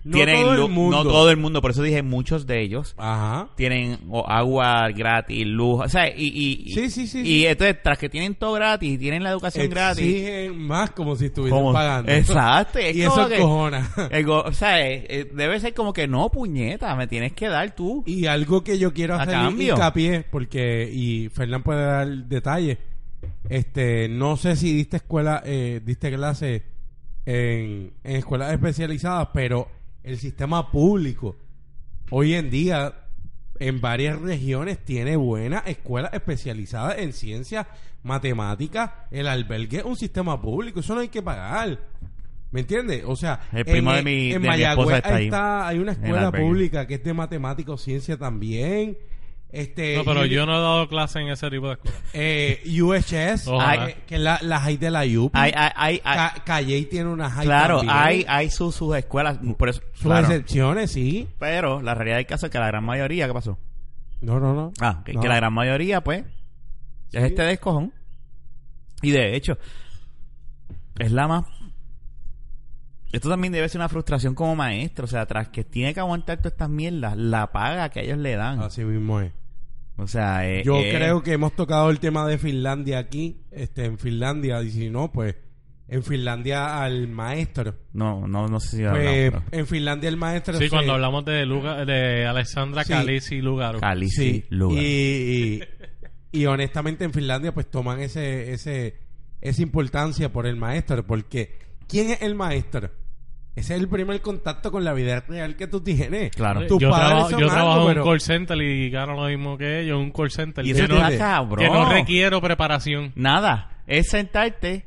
[SPEAKER 2] No
[SPEAKER 1] tienen
[SPEAKER 2] todo el
[SPEAKER 1] lu-
[SPEAKER 2] mundo.
[SPEAKER 1] no todo el mundo, por eso dije muchos de ellos
[SPEAKER 2] Ajá.
[SPEAKER 1] tienen o, agua gratis, luz, o sea, y, y, y-
[SPEAKER 2] Sí, sí, sí,
[SPEAKER 1] y
[SPEAKER 2] sí.
[SPEAKER 1] entonces tras que tienen todo gratis y tienen la educación gratis,
[SPEAKER 2] Exigen más como si estuviesen
[SPEAKER 1] como-
[SPEAKER 2] pagando.
[SPEAKER 1] exacto, es
[SPEAKER 2] y
[SPEAKER 1] como
[SPEAKER 2] eso
[SPEAKER 1] que-
[SPEAKER 2] encojona.
[SPEAKER 1] el go- o sea, eh, eh, debe ser como que no, puñeta, me tienes que dar tú.
[SPEAKER 2] Y algo que yo quiero
[SPEAKER 1] A
[SPEAKER 2] hacer
[SPEAKER 1] cambio.
[SPEAKER 2] hincapié, porque, y Fernán puede dar detalles, este, no sé si diste escuela, eh, diste clase en, en escuelas especializadas, pero el sistema público hoy en día en varias regiones tiene buenas escuelas especializadas en ciencias matemáticas. El albergue es un sistema público, eso no hay que pagar. ¿Me entiendes? O sea,
[SPEAKER 1] El primo de mi- de mi esposa
[SPEAKER 2] Mayagüez
[SPEAKER 1] está ahí.
[SPEAKER 2] hay una
[SPEAKER 1] En
[SPEAKER 2] escuela
[SPEAKER 1] albergue.
[SPEAKER 2] pública que es de matemática o ciencia también. Este,
[SPEAKER 3] No, pero
[SPEAKER 2] y-
[SPEAKER 3] yo no he dado clase en ese tipo de escuela.
[SPEAKER 2] eh, UHS,
[SPEAKER 3] Ojalá.
[SPEAKER 2] eh, que es la, la high de la UP.
[SPEAKER 1] Hay, hay, hay- hay-
[SPEAKER 2] Ca- Calle tiene una high
[SPEAKER 1] claro,
[SPEAKER 2] también.
[SPEAKER 1] hay, hay sus, sus escuelas, por eso,
[SPEAKER 2] Sus
[SPEAKER 1] claro.
[SPEAKER 2] excepciones, sí.
[SPEAKER 1] pero la realidad del caso es que la gran mayoría, ¿qué pasó?
[SPEAKER 2] No, no, no.
[SPEAKER 1] Ah, que,
[SPEAKER 2] No.
[SPEAKER 1] que la gran mayoría, pues, es este descojón. Y de hecho, es la más. Esto también debe ser una frustración como maestro. O sea, tras que tiene que aguantar todas estas mierdas, la paga que ellos le dan.
[SPEAKER 2] Así mismo es.
[SPEAKER 1] O sea, Ah. eh,
[SPEAKER 2] Yo
[SPEAKER 1] eh,
[SPEAKER 2] creo que hemos tocado el tema de Finlandia aquí, este, en Finlandia, y si no, pues en Finlandia al maestro.
[SPEAKER 1] No, no, no sé si.
[SPEAKER 2] Pues
[SPEAKER 1] hablamos, pero-
[SPEAKER 2] en Finlandia el maestro
[SPEAKER 3] Sí,
[SPEAKER 2] se-
[SPEAKER 3] cuando hablamos de Luga- de Alexandra
[SPEAKER 2] Sí.
[SPEAKER 3] Calisi Lugaro.
[SPEAKER 1] Cali,
[SPEAKER 2] Sí,
[SPEAKER 1] sí, lugar.
[SPEAKER 2] Y, y, y honestamente en Finlandia pues toman ese, ese, esa importancia por el maestro, porque ¿quién es el maestro? Ese es el primer contacto con la vida real que tú tienes.
[SPEAKER 1] Claro.
[SPEAKER 2] Tus
[SPEAKER 3] yo
[SPEAKER 2] padres
[SPEAKER 3] trabajo,
[SPEAKER 2] son
[SPEAKER 3] yo
[SPEAKER 2] algo,
[SPEAKER 3] trabajo en
[SPEAKER 2] pero-
[SPEAKER 3] un call center y gano lo mismo que ellos, en un call center.
[SPEAKER 1] Y
[SPEAKER 3] que,
[SPEAKER 1] eso
[SPEAKER 2] ¿entiendes?
[SPEAKER 1] está
[SPEAKER 3] no,
[SPEAKER 1] cabrón.
[SPEAKER 3] que no requiero preparación.
[SPEAKER 1] Nada. Es sentarte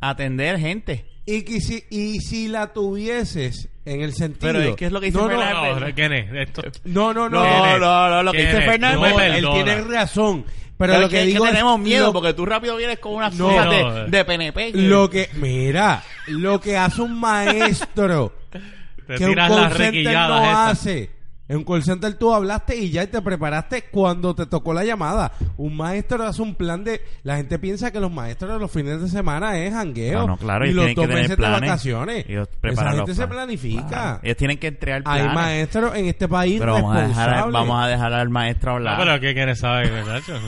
[SPEAKER 1] a atender gente.
[SPEAKER 2] Y, que si, y si la tuvieses en el sentido...
[SPEAKER 1] Pero es que es lo que dice
[SPEAKER 2] no, no,
[SPEAKER 1] Fernández.
[SPEAKER 3] No, no, ¿quién es? Esto-
[SPEAKER 2] no, no, no,
[SPEAKER 3] No,
[SPEAKER 2] él-
[SPEAKER 1] no, no, lo que
[SPEAKER 3] ¿Quién
[SPEAKER 1] dice
[SPEAKER 3] es?
[SPEAKER 1] Fernández,
[SPEAKER 3] No,
[SPEAKER 2] él
[SPEAKER 3] perdona.
[SPEAKER 2] tiene razón. Pero,
[SPEAKER 1] Pero
[SPEAKER 2] lo
[SPEAKER 1] es
[SPEAKER 2] que, digo es
[SPEAKER 1] tenemos miedo
[SPEAKER 2] lo-
[SPEAKER 1] porque tú rápido vienes con unas
[SPEAKER 2] No.
[SPEAKER 1] cosas
[SPEAKER 3] No.
[SPEAKER 1] de, de PNP. que-
[SPEAKER 2] lo que mira, lo que hace un maestro
[SPEAKER 3] Te
[SPEAKER 2] que un
[SPEAKER 3] tiras
[SPEAKER 2] call
[SPEAKER 3] las
[SPEAKER 2] center
[SPEAKER 3] requilladas
[SPEAKER 2] no
[SPEAKER 3] esas.
[SPEAKER 2] hace. En un call center tú hablaste y ya te preparaste cuando te tocó la llamada. Un maestro hace un plan de... La gente piensa que los maestros los fines de semana es jangueo.
[SPEAKER 1] Ah, no, claro,
[SPEAKER 2] y
[SPEAKER 1] ellos
[SPEAKER 2] los
[SPEAKER 1] tienen
[SPEAKER 2] dos
[SPEAKER 1] que tener
[SPEAKER 2] meses de
[SPEAKER 1] planes.
[SPEAKER 2] vacaciones.
[SPEAKER 1] Ellos
[SPEAKER 2] Esa
[SPEAKER 1] preparan
[SPEAKER 2] gente
[SPEAKER 1] los
[SPEAKER 2] se
[SPEAKER 1] planes.
[SPEAKER 2] planifica.
[SPEAKER 1] Claro. Ellos tienen que crear
[SPEAKER 2] Hay
[SPEAKER 1] planes.
[SPEAKER 2] maestros en este país
[SPEAKER 1] Pero vamos a, dejar,
[SPEAKER 2] responsables.
[SPEAKER 1] vamos a dejar al maestro
[SPEAKER 3] No,
[SPEAKER 1] hablar.
[SPEAKER 3] pero ¿qué quieres saber, verdad? Yo no-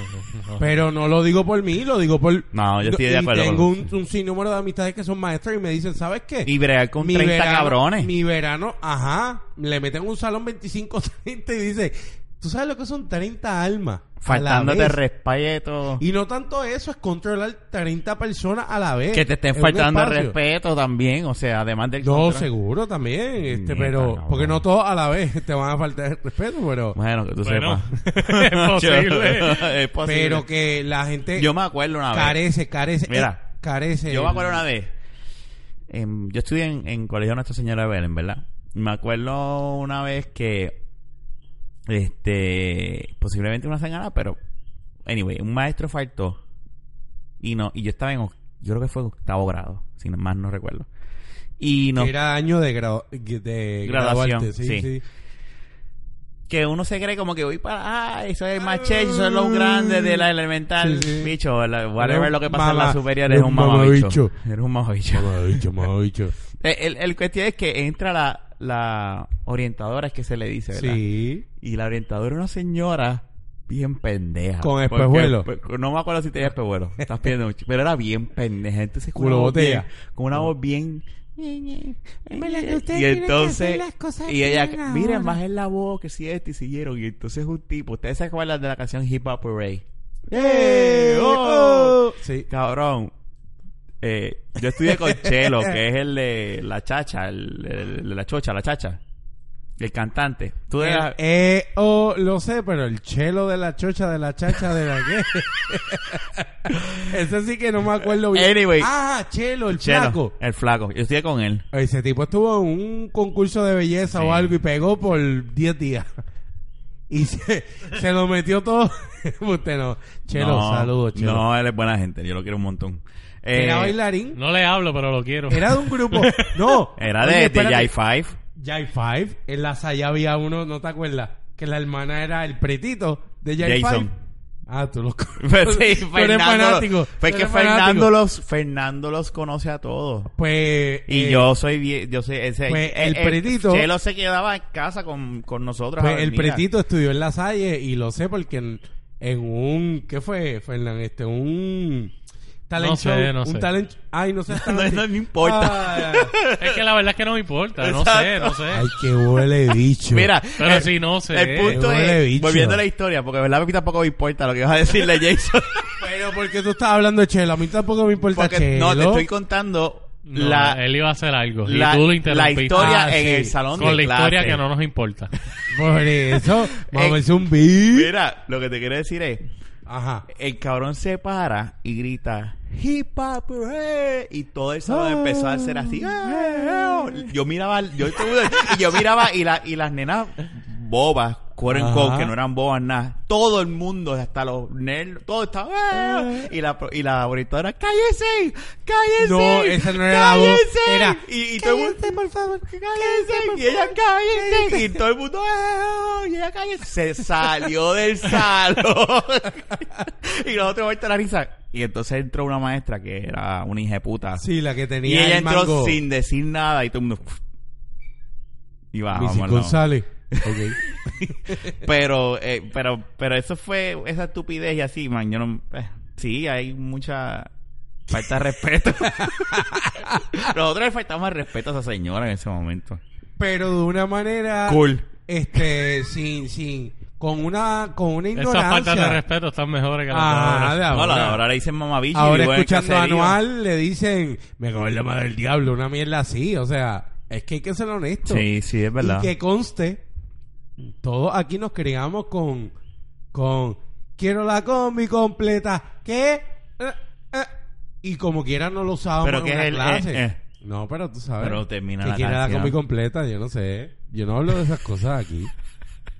[SPEAKER 3] no.
[SPEAKER 2] Pero no lo digo por mí, lo digo por...
[SPEAKER 1] No, yo estoy de
[SPEAKER 2] y
[SPEAKER 1] acuerdo con-
[SPEAKER 2] Tengo un, un sinnúmero de amistades que son maestros y me dicen, ¿sabes qué?
[SPEAKER 1] Y bregar con
[SPEAKER 2] Mi
[SPEAKER 1] 30
[SPEAKER 2] verano-
[SPEAKER 1] cabrones.
[SPEAKER 2] Mi verano, ajá, le meten un salón 25, 30 y dice, ¿tú sabes lo que son 30 almas? a la
[SPEAKER 1] Faltándote
[SPEAKER 2] vez?"
[SPEAKER 1] respeto.
[SPEAKER 2] Y no tanto eso, es controlar 30 personas a la vez.
[SPEAKER 1] que te estén
[SPEAKER 2] en un
[SPEAKER 1] faltando
[SPEAKER 2] espacio.
[SPEAKER 1] respeto también. O sea, además del.
[SPEAKER 2] No,
[SPEAKER 1] control.
[SPEAKER 2] seguro también, este,
[SPEAKER 1] Mierda,
[SPEAKER 2] pero
[SPEAKER 1] cabrón.
[SPEAKER 2] porque no todos a la vez te van a faltar el respeto, pero
[SPEAKER 1] Bueno, que tú
[SPEAKER 3] Bueno,
[SPEAKER 1] sepas.
[SPEAKER 3] es posible.
[SPEAKER 1] es posible.
[SPEAKER 2] pero que la gente
[SPEAKER 1] Yo me acuerdo una vez.
[SPEAKER 2] carece, carece, eh,
[SPEAKER 1] Mira,
[SPEAKER 2] carece.
[SPEAKER 1] Yo me acuerdo una vez. em, yo estudié en, en Colegio Nuestra Señora de Belén, ¿verdad? Me acuerdo una vez que. Este. Posiblemente una señora, pero. Anyway, un maestro faltó. Y no. Y yo estaba en. oc- Yo creo que fue octavo grado. Si no- más no recuerdo. Y no.
[SPEAKER 2] Era año de, grado- de
[SPEAKER 1] Graduación,
[SPEAKER 2] graduarte, sí,
[SPEAKER 1] sí.
[SPEAKER 2] sí.
[SPEAKER 1] Que uno se cree como que voy para. ¡Ay! Soy el más chévere, soy los grandes de la elemental.
[SPEAKER 2] Sí, sí.
[SPEAKER 1] Bicho, la-
[SPEAKER 2] Era
[SPEAKER 1] whatever
[SPEAKER 2] un
[SPEAKER 1] lo que pasa en la
[SPEAKER 2] mama-
[SPEAKER 1] superior,
[SPEAKER 2] era
[SPEAKER 1] es
[SPEAKER 2] un
[SPEAKER 1] un mamabicho.
[SPEAKER 2] mamabicho.
[SPEAKER 1] Era un mamabicho.
[SPEAKER 2] Mamabicho, mamabicho.
[SPEAKER 1] Eh, El, el cuestión es que entra la, la orientadora, es que se le dice, ¿verdad?
[SPEAKER 2] Sí.
[SPEAKER 1] Y la orientadora era una señora bien pendeja.
[SPEAKER 2] Con
[SPEAKER 1] Porque-
[SPEAKER 2] espejuelo.
[SPEAKER 1] pe- no me acuerdo si tenía espejuelo. Estás pidiendo mucho. Pero era bien pendeja. Entonces, con
[SPEAKER 2] Culo
[SPEAKER 1] una voz
[SPEAKER 2] botella.
[SPEAKER 1] bien- Con una voz bien...
[SPEAKER 4] Mela, que ustedes
[SPEAKER 1] y
[SPEAKER 4] tienen que
[SPEAKER 1] entonces
[SPEAKER 4] hacer las cosas
[SPEAKER 1] y ella
[SPEAKER 4] bien
[SPEAKER 1] miren
[SPEAKER 4] ahora".
[SPEAKER 1] bajen la voz que si este y siguieron y entonces un tipo ustedes se acuerdan de la canción Hip Hop Parade
[SPEAKER 2] ¡Eh!
[SPEAKER 1] ¡Oh!
[SPEAKER 2] Sí.
[SPEAKER 1] Cabrón. Eh, yo estudié con Chelo, que es el de la chacha, el, el de la chocha, la chacha. El cantante. Tú
[SPEAKER 2] El-
[SPEAKER 1] eras-
[SPEAKER 2] eh, oh, lo sé, pero el chelo de la chocha de la chacha de la que. Ese sí que no me acuerdo bien.
[SPEAKER 1] Anyway.
[SPEAKER 2] Ah, chelo, el
[SPEAKER 1] Chelo,
[SPEAKER 2] flaco.
[SPEAKER 1] El flaco. Yo estudié con él.
[SPEAKER 2] Ese tipo estuvo en un concurso de belleza
[SPEAKER 1] Sí.
[SPEAKER 2] o algo y pegó por 10 días. Y se, se lo metió todo. Usted no. Chelo,
[SPEAKER 1] No,
[SPEAKER 2] saludos, chelo.
[SPEAKER 1] No, él es buena gente. Yo lo quiero un montón. Eh,
[SPEAKER 2] Era bailarín.
[SPEAKER 3] No le hablo, pero lo quiero.
[SPEAKER 2] Era de un grupo. No.
[SPEAKER 1] era
[SPEAKER 2] Oye,
[SPEAKER 1] de, de
[SPEAKER 2] espérate.
[SPEAKER 1] Jai Five.
[SPEAKER 2] Jai Five. En la Saya había uno, ¿no te acuerdas? Que la hermana era el pretito de Jai
[SPEAKER 1] Jason.
[SPEAKER 2] Five. Ah, tú los
[SPEAKER 1] Pues sí,
[SPEAKER 2] Tú eres
[SPEAKER 1] Fernando,
[SPEAKER 2] fanático, tú
[SPEAKER 1] pues que
[SPEAKER 2] eres fanático.
[SPEAKER 1] Fernando los, Fernando los conoce a todos.
[SPEAKER 2] Pues.
[SPEAKER 1] Y
[SPEAKER 2] eh,
[SPEAKER 1] yo soy bien, yo soy ese,
[SPEAKER 2] pues,
[SPEAKER 1] eh,
[SPEAKER 2] el
[SPEAKER 1] eh,
[SPEAKER 2] pretito-
[SPEAKER 1] Chelo se quedaba en casa con, con nosotros.
[SPEAKER 2] Pues
[SPEAKER 1] a
[SPEAKER 2] el
[SPEAKER 1] dormir.
[SPEAKER 2] pretito estudió en la Salle y lo sé porque en, en un ¿qué fue, Fernán? Este un talent
[SPEAKER 3] No sé,
[SPEAKER 2] show,
[SPEAKER 3] no
[SPEAKER 2] un
[SPEAKER 3] sé.
[SPEAKER 2] talent ay, no sé,
[SPEAKER 1] No,
[SPEAKER 2] talent- Ah.
[SPEAKER 1] no me importa.
[SPEAKER 2] Ay,
[SPEAKER 3] Es que la verdad es que no me importa. No sé,
[SPEAKER 1] Exacto.
[SPEAKER 3] no sé.
[SPEAKER 2] ay, qué huele bicho.
[SPEAKER 1] Mira,
[SPEAKER 3] Pero
[SPEAKER 1] el-
[SPEAKER 3] sí, no sé.
[SPEAKER 1] El punto
[SPEAKER 2] Huele
[SPEAKER 1] es,
[SPEAKER 2] bicho.
[SPEAKER 1] volviendo a la historia, porque verdad a mí tampoco me importa lo que vas a decirle Jason.
[SPEAKER 2] pero porque tú estás hablando de Chelo, a mí tampoco me importa
[SPEAKER 1] Porque
[SPEAKER 2] Chelo.
[SPEAKER 1] no, te estoy contando
[SPEAKER 3] No, eh.
[SPEAKER 1] la,
[SPEAKER 3] él iba a hacer algo.
[SPEAKER 1] la,
[SPEAKER 3] y tú lo
[SPEAKER 1] la
[SPEAKER 3] interrumpiste.
[SPEAKER 1] historia
[SPEAKER 2] Ah,
[SPEAKER 1] en
[SPEAKER 2] sí.
[SPEAKER 1] el salón
[SPEAKER 3] con
[SPEAKER 1] de
[SPEAKER 3] la historia
[SPEAKER 1] clase.
[SPEAKER 3] que no nos importa.
[SPEAKER 2] Por eso, vamos a
[SPEAKER 1] Eh,
[SPEAKER 2] hacer un beat.
[SPEAKER 1] Mira, lo que te quiero decir es,
[SPEAKER 2] Ajá.
[SPEAKER 1] el cabrón se para y grita hip hop eh", y todo el sábado empezó a hacer así eh, eh. yo miraba yo, y yo miraba y, la- y las nenas bobas quote and quote,
[SPEAKER 2] Ajá.
[SPEAKER 1] que no eran bobas nada todo el mundo hasta los nerds todo estaba eh, eh. y la pro- y la auditora cállese cállese
[SPEAKER 2] No, esa no era la voz,
[SPEAKER 1] cállese".
[SPEAKER 2] era,
[SPEAKER 1] y, y todo el mundo
[SPEAKER 4] por favor.
[SPEAKER 1] cállese y ella cállese y todo el mundo "Ah", y ella cállese se salió del salón y nosotros vuelta la risa y entonces entró una maestra que era una hija de puta
[SPEAKER 2] Sí, la que
[SPEAKER 1] y
[SPEAKER 2] tenía
[SPEAKER 1] ella
[SPEAKER 2] el
[SPEAKER 1] entró
[SPEAKER 2] mango.
[SPEAKER 1] sin decir nada y todo el mundo y
[SPEAKER 2] Missy
[SPEAKER 1] bajamos la-
[SPEAKER 2] González. Ah, Ok.
[SPEAKER 1] pero eh, pero pero eso fue esa estupidez y así man yo no eh, sí hay mucha falta de respeto nosotros le faltamos el respeto a esa señora en ese momento
[SPEAKER 2] Pero de una manera
[SPEAKER 1] cool
[SPEAKER 2] este sin sin con una con una ignorancia.
[SPEAKER 3] Esas faltas de respeto están mejores que las de
[SPEAKER 2] Ah,
[SPEAKER 3] ahora.
[SPEAKER 2] de
[SPEAKER 1] No, la de
[SPEAKER 2] ahora.
[SPEAKER 1] ahora le dicen mamabicho. y
[SPEAKER 2] Ahora
[SPEAKER 1] vivo en el
[SPEAKER 2] escuchando
[SPEAKER 1] caserío.
[SPEAKER 2] anual le dicen, me cago en la madre del diablo, una mierda así, o sea, es que hay que ser honesto.
[SPEAKER 1] Sí, sí, es verdad.
[SPEAKER 2] Y que conste, todos aquí nos criamos con, con, quiero la combi completa, ¿qué? Eh, eh. Y como quiera no lo usábamos
[SPEAKER 1] Pero
[SPEAKER 2] en
[SPEAKER 1] que
[SPEAKER 2] una
[SPEAKER 1] es el,
[SPEAKER 2] clase.
[SPEAKER 1] eh, eh.
[SPEAKER 2] No, pero tú sabes.
[SPEAKER 1] Pero termina
[SPEAKER 2] que
[SPEAKER 1] la
[SPEAKER 2] quiera la
[SPEAKER 1] canción.
[SPEAKER 2] combi completa, yo no sé. Yo no hablo de esas cosas aquí.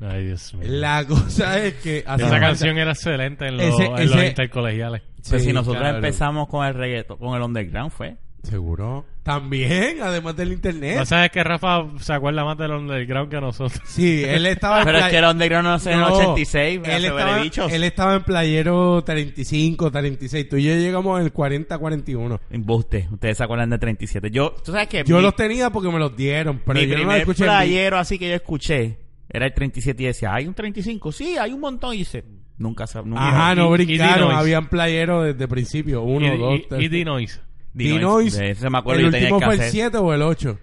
[SPEAKER 3] Ay, Dios mío.
[SPEAKER 2] La cosa es que... hace
[SPEAKER 3] Esa
[SPEAKER 2] falta-
[SPEAKER 3] canción era excelente en, los-
[SPEAKER 2] Ese-
[SPEAKER 3] en
[SPEAKER 2] ese- ¿Eh?
[SPEAKER 3] los intercolegiales.
[SPEAKER 1] Pero
[SPEAKER 2] Sí,
[SPEAKER 1] Pues si nosotros
[SPEAKER 2] cabrón.
[SPEAKER 1] empezamos con el reggaetón, con el underground, fue.
[SPEAKER 2] Seguro. También, además del internet.
[SPEAKER 3] No sabes que Rafa se acuerda más del underground que nosotros.
[SPEAKER 2] Sí, él estaba
[SPEAKER 1] Pero es
[SPEAKER 2] play-
[SPEAKER 1] que el underground no nació en el
[SPEAKER 2] Ah, No,
[SPEAKER 1] 86,
[SPEAKER 2] él estaba,
[SPEAKER 1] bichos.
[SPEAKER 2] él estaba en playero 35, 36. Tú y yo llegamos en el 40, 41.
[SPEAKER 1] Embuste. Ustedes se acuerdan de 37. Yo, tú sabes que
[SPEAKER 2] Yo
[SPEAKER 1] Eh, mi,
[SPEAKER 2] los tenía porque me los dieron, pero
[SPEAKER 1] mi
[SPEAKER 2] yo no los
[SPEAKER 1] primer
[SPEAKER 2] escuché. en vi-
[SPEAKER 1] playero así que yo escuché era el 37 y decía, hay un 35. Sí, hay un montón. Y dice, nunca se... Nunca
[SPEAKER 2] Ajá, no
[SPEAKER 3] Y- y
[SPEAKER 2] brincaron.
[SPEAKER 3] Dinois.
[SPEAKER 2] Habían playeros desde el principio. Uno,
[SPEAKER 3] y,
[SPEAKER 2] dos,
[SPEAKER 3] y-
[SPEAKER 2] tres.
[SPEAKER 3] y Dinois.
[SPEAKER 2] Dinois,
[SPEAKER 1] de ese me acuerdo
[SPEAKER 2] el
[SPEAKER 1] yo tenía
[SPEAKER 2] último
[SPEAKER 1] que
[SPEAKER 2] fue el
[SPEAKER 1] hacer.
[SPEAKER 2] 7 o el 8.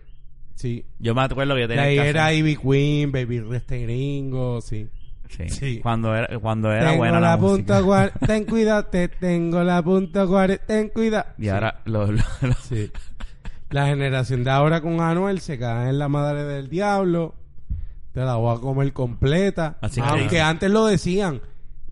[SPEAKER 2] Sí.
[SPEAKER 1] Yo me acuerdo que yo
[SPEAKER 2] De
[SPEAKER 1] tenía
[SPEAKER 2] ahí
[SPEAKER 1] que
[SPEAKER 2] era
[SPEAKER 1] hacer.
[SPEAKER 2] Ivy Queen, Baby Reste Gringo, sí.
[SPEAKER 1] Sí.
[SPEAKER 2] Sí.
[SPEAKER 1] Cuando era, cuando era
[SPEAKER 2] tengo
[SPEAKER 1] buena
[SPEAKER 2] la,
[SPEAKER 1] la,
[SPEAKER 2] punta
[SPEAKER 1] música.
[SPEAKER 2] guar- ten cuidado, te tengo la punta guar- ten cuidado.
[SPEAKER 1] Y ahora los, los- los-
[SPEAKER 2] Sí. La generación de ahora con Anuel se cae en la madre del diablo. Te la voy a comer completa.
[SPEAKER 1] Así que-
[SPEAKER 2] Aunque antes lo decían,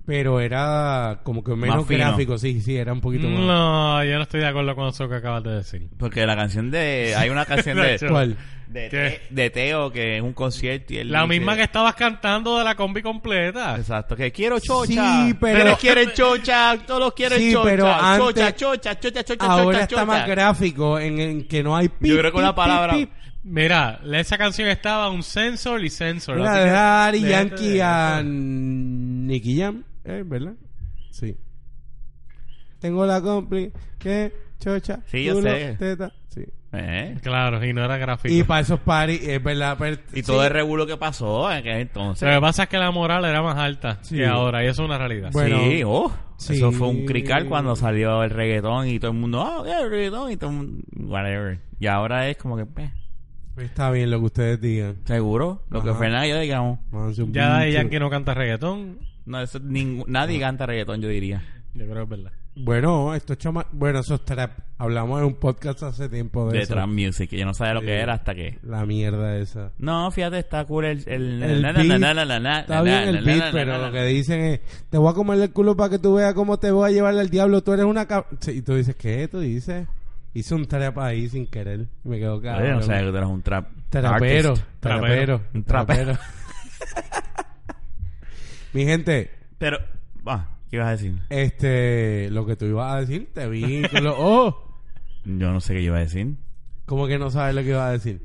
[SPEAKER 2] pero era como que menos
[SPEAKER 1] Más fino.
[SPEAKER 2] gráfico. Sí, sí, era un poquito más.
[SPEAKER 3] No, yo no estoy de acuerdo con eso que acabas de decir.
[SPEAKER 1] porque la canción de hay una canción de,
[SPEAKER 2] ¿Cuál?
[SPEAKER 1] de,
[SPEAKER 3] ¿Qué?
[SPEAKER 1] Te- de Teo que es un concierto y él
[SPEAKER 3] La
[SPEAKER 1] dice-
[SPEAKER 3] misma que estabas cantando de la combi completa.
[SPEAKER 1] exacto que quiero chocha
[SPEAKER 2] Sí, pero-
[SPEAKER 1] ustedes quieren chocha todos quieren
[SPEAKER 2] Sí,
[SPEAKER 1] chocha
[SPEAKER 2] pero antes-
[SPEAKER 1] chocha chocha chocha chocha
[SPEAKER 2] Ahora
[SPEAKER 1] chocha,
[SPEAKER 2] está
[SPEAKER 1] chocha.
[SPEAKER 2] más gráfico en, en que no hay pip,
[SPEAKER 1] yo creo que
[SPEAKER 2] pip,
[SPEAKER 1] una palabra
[SPEAKER 2] pip, pip.
[SPEAKER 3] Mira, esa canción estaba un sensor y sensor.
[SPEAKER 2] Mira,
[SPEAKER 3] así que-
[SPEAKER 2] de Daddy
[SPEAKER 3] déjate
[SPEAKER 2] Yankee
[SPEAKER 3] de-
[SPEAKER 2] a Nicky Jam, eh, ¿verdad? Sí. Tengo la compli que chocha.
[SPEAKER 1] Sí, yo
[SPEAKER 2] culo,
[SPEAKER 1] sé.
[SPEAKER 2] Teta, sí.
[SPEAKER 1] ¿Eh?
[SPEAKER 3] Claro, y no era gráfico.
[SPEAKER 2] Y para esos paris, es verdad. pero-
[SPEAKER 1] y
[SPEAKER 2] sí.
[SPEAKER 1] todo el revuelo que pasó en aquel entonces
[SPEAKER 3] Lo que pasa es que la moral era más alta
[SPEAKER 2] Sí.
[SPEAKER 3] que ahora, y eso es una realidad.
[SPEAKER 2] Bueno.
[SPEAKER 1] sí, oh,
[SPEAKER 2] Sí.
[SPEAKER 1] eso fue un crical cuando salió el reggaetón y todo el mundo, ah, yeah, el reggaetón y todo el mundo, whatever. Y ahora es como que, eh,
[SPEAKER 2] Pues Está bien lo que ustedes digan.
[SPEAKER 1] seguro, lo que
[SPEAKER 2] Ajá.
[SPEAKER 1] Fernández y yo digamos,
[SPEAKER 2] Vamos a un
[SPEAKER 3] ya de
[SPEAKER 2] bicho.
[SPEAKER 3] Yankee no canta reggaetón,
[SPEAKER 1] no, eso, ningún- nadie canta reggaetón, yo diría.
[SPEAKER 3] yo creo que es verdad.
[SPEAKER 2] Bueno, estos chama... Bueno, esos trap. Hablamos en un podcast hace tiempo de,
[SPEAKER 1] de
[SPEAKER 2] eso.
[SPEAKER 1] trap music, que yo no sabía lo que
[SPEAKER 2] Sí.
[SPEAKER 1] era hasta que.
[SPEAKER 2] La mierda esa.
[SPEAKER 1] No, fíjate, está cool el. el,
[SPEAKER 2] El
[SPEAKER 1] na, na,
[SPEAKER 2] beat,
[SPEAKER 1] na, na, na, na,
[SPEAKER 2] Está
[SPEAKER 1] na,
[SPEAKER 2] bien
[SPEAKER 1] na,
[SPEAKER 2] el
[SPEAKER 1] na,
[SPEAKER 2] beat,
[SPEAKER 1] na, na,
[SPEAKER 2] pero
[SPEAKER 1] na, na.
[SPEAKER 2] lo que dicen es, te voy a comer el culo para que tú veas cómo te voy a llevar al diablo, tú eres una... cab-". Sí, y tú dices, ¿qué? Tú dices, hice un trap ahí sin querer. Y me quedo
[SPEAKER 1] Oye,
[SPEAKER 2] cabrón.
[SPEAKER 1] no sabía que tú eras un trap.
[SPEAKER 2] Trapero,
[SPEAKER 1] artist.
[SPEAKER 2] trapero,
[SPEAKER 1] Un trapero.
[SPEAKER 2] trapero. Mi gente,
[SPEAKER 1] Pero. Ah, ¿qué ibas a decir?
[SPEAKER 2] este, lo que tú ibas a decir, te vi oh, con los ojos.
[SPEAKER 1] Yo no sé qué iba a decir.
[SPEAKER 2] ¿Cómo que no sabes lo que ibas a decir?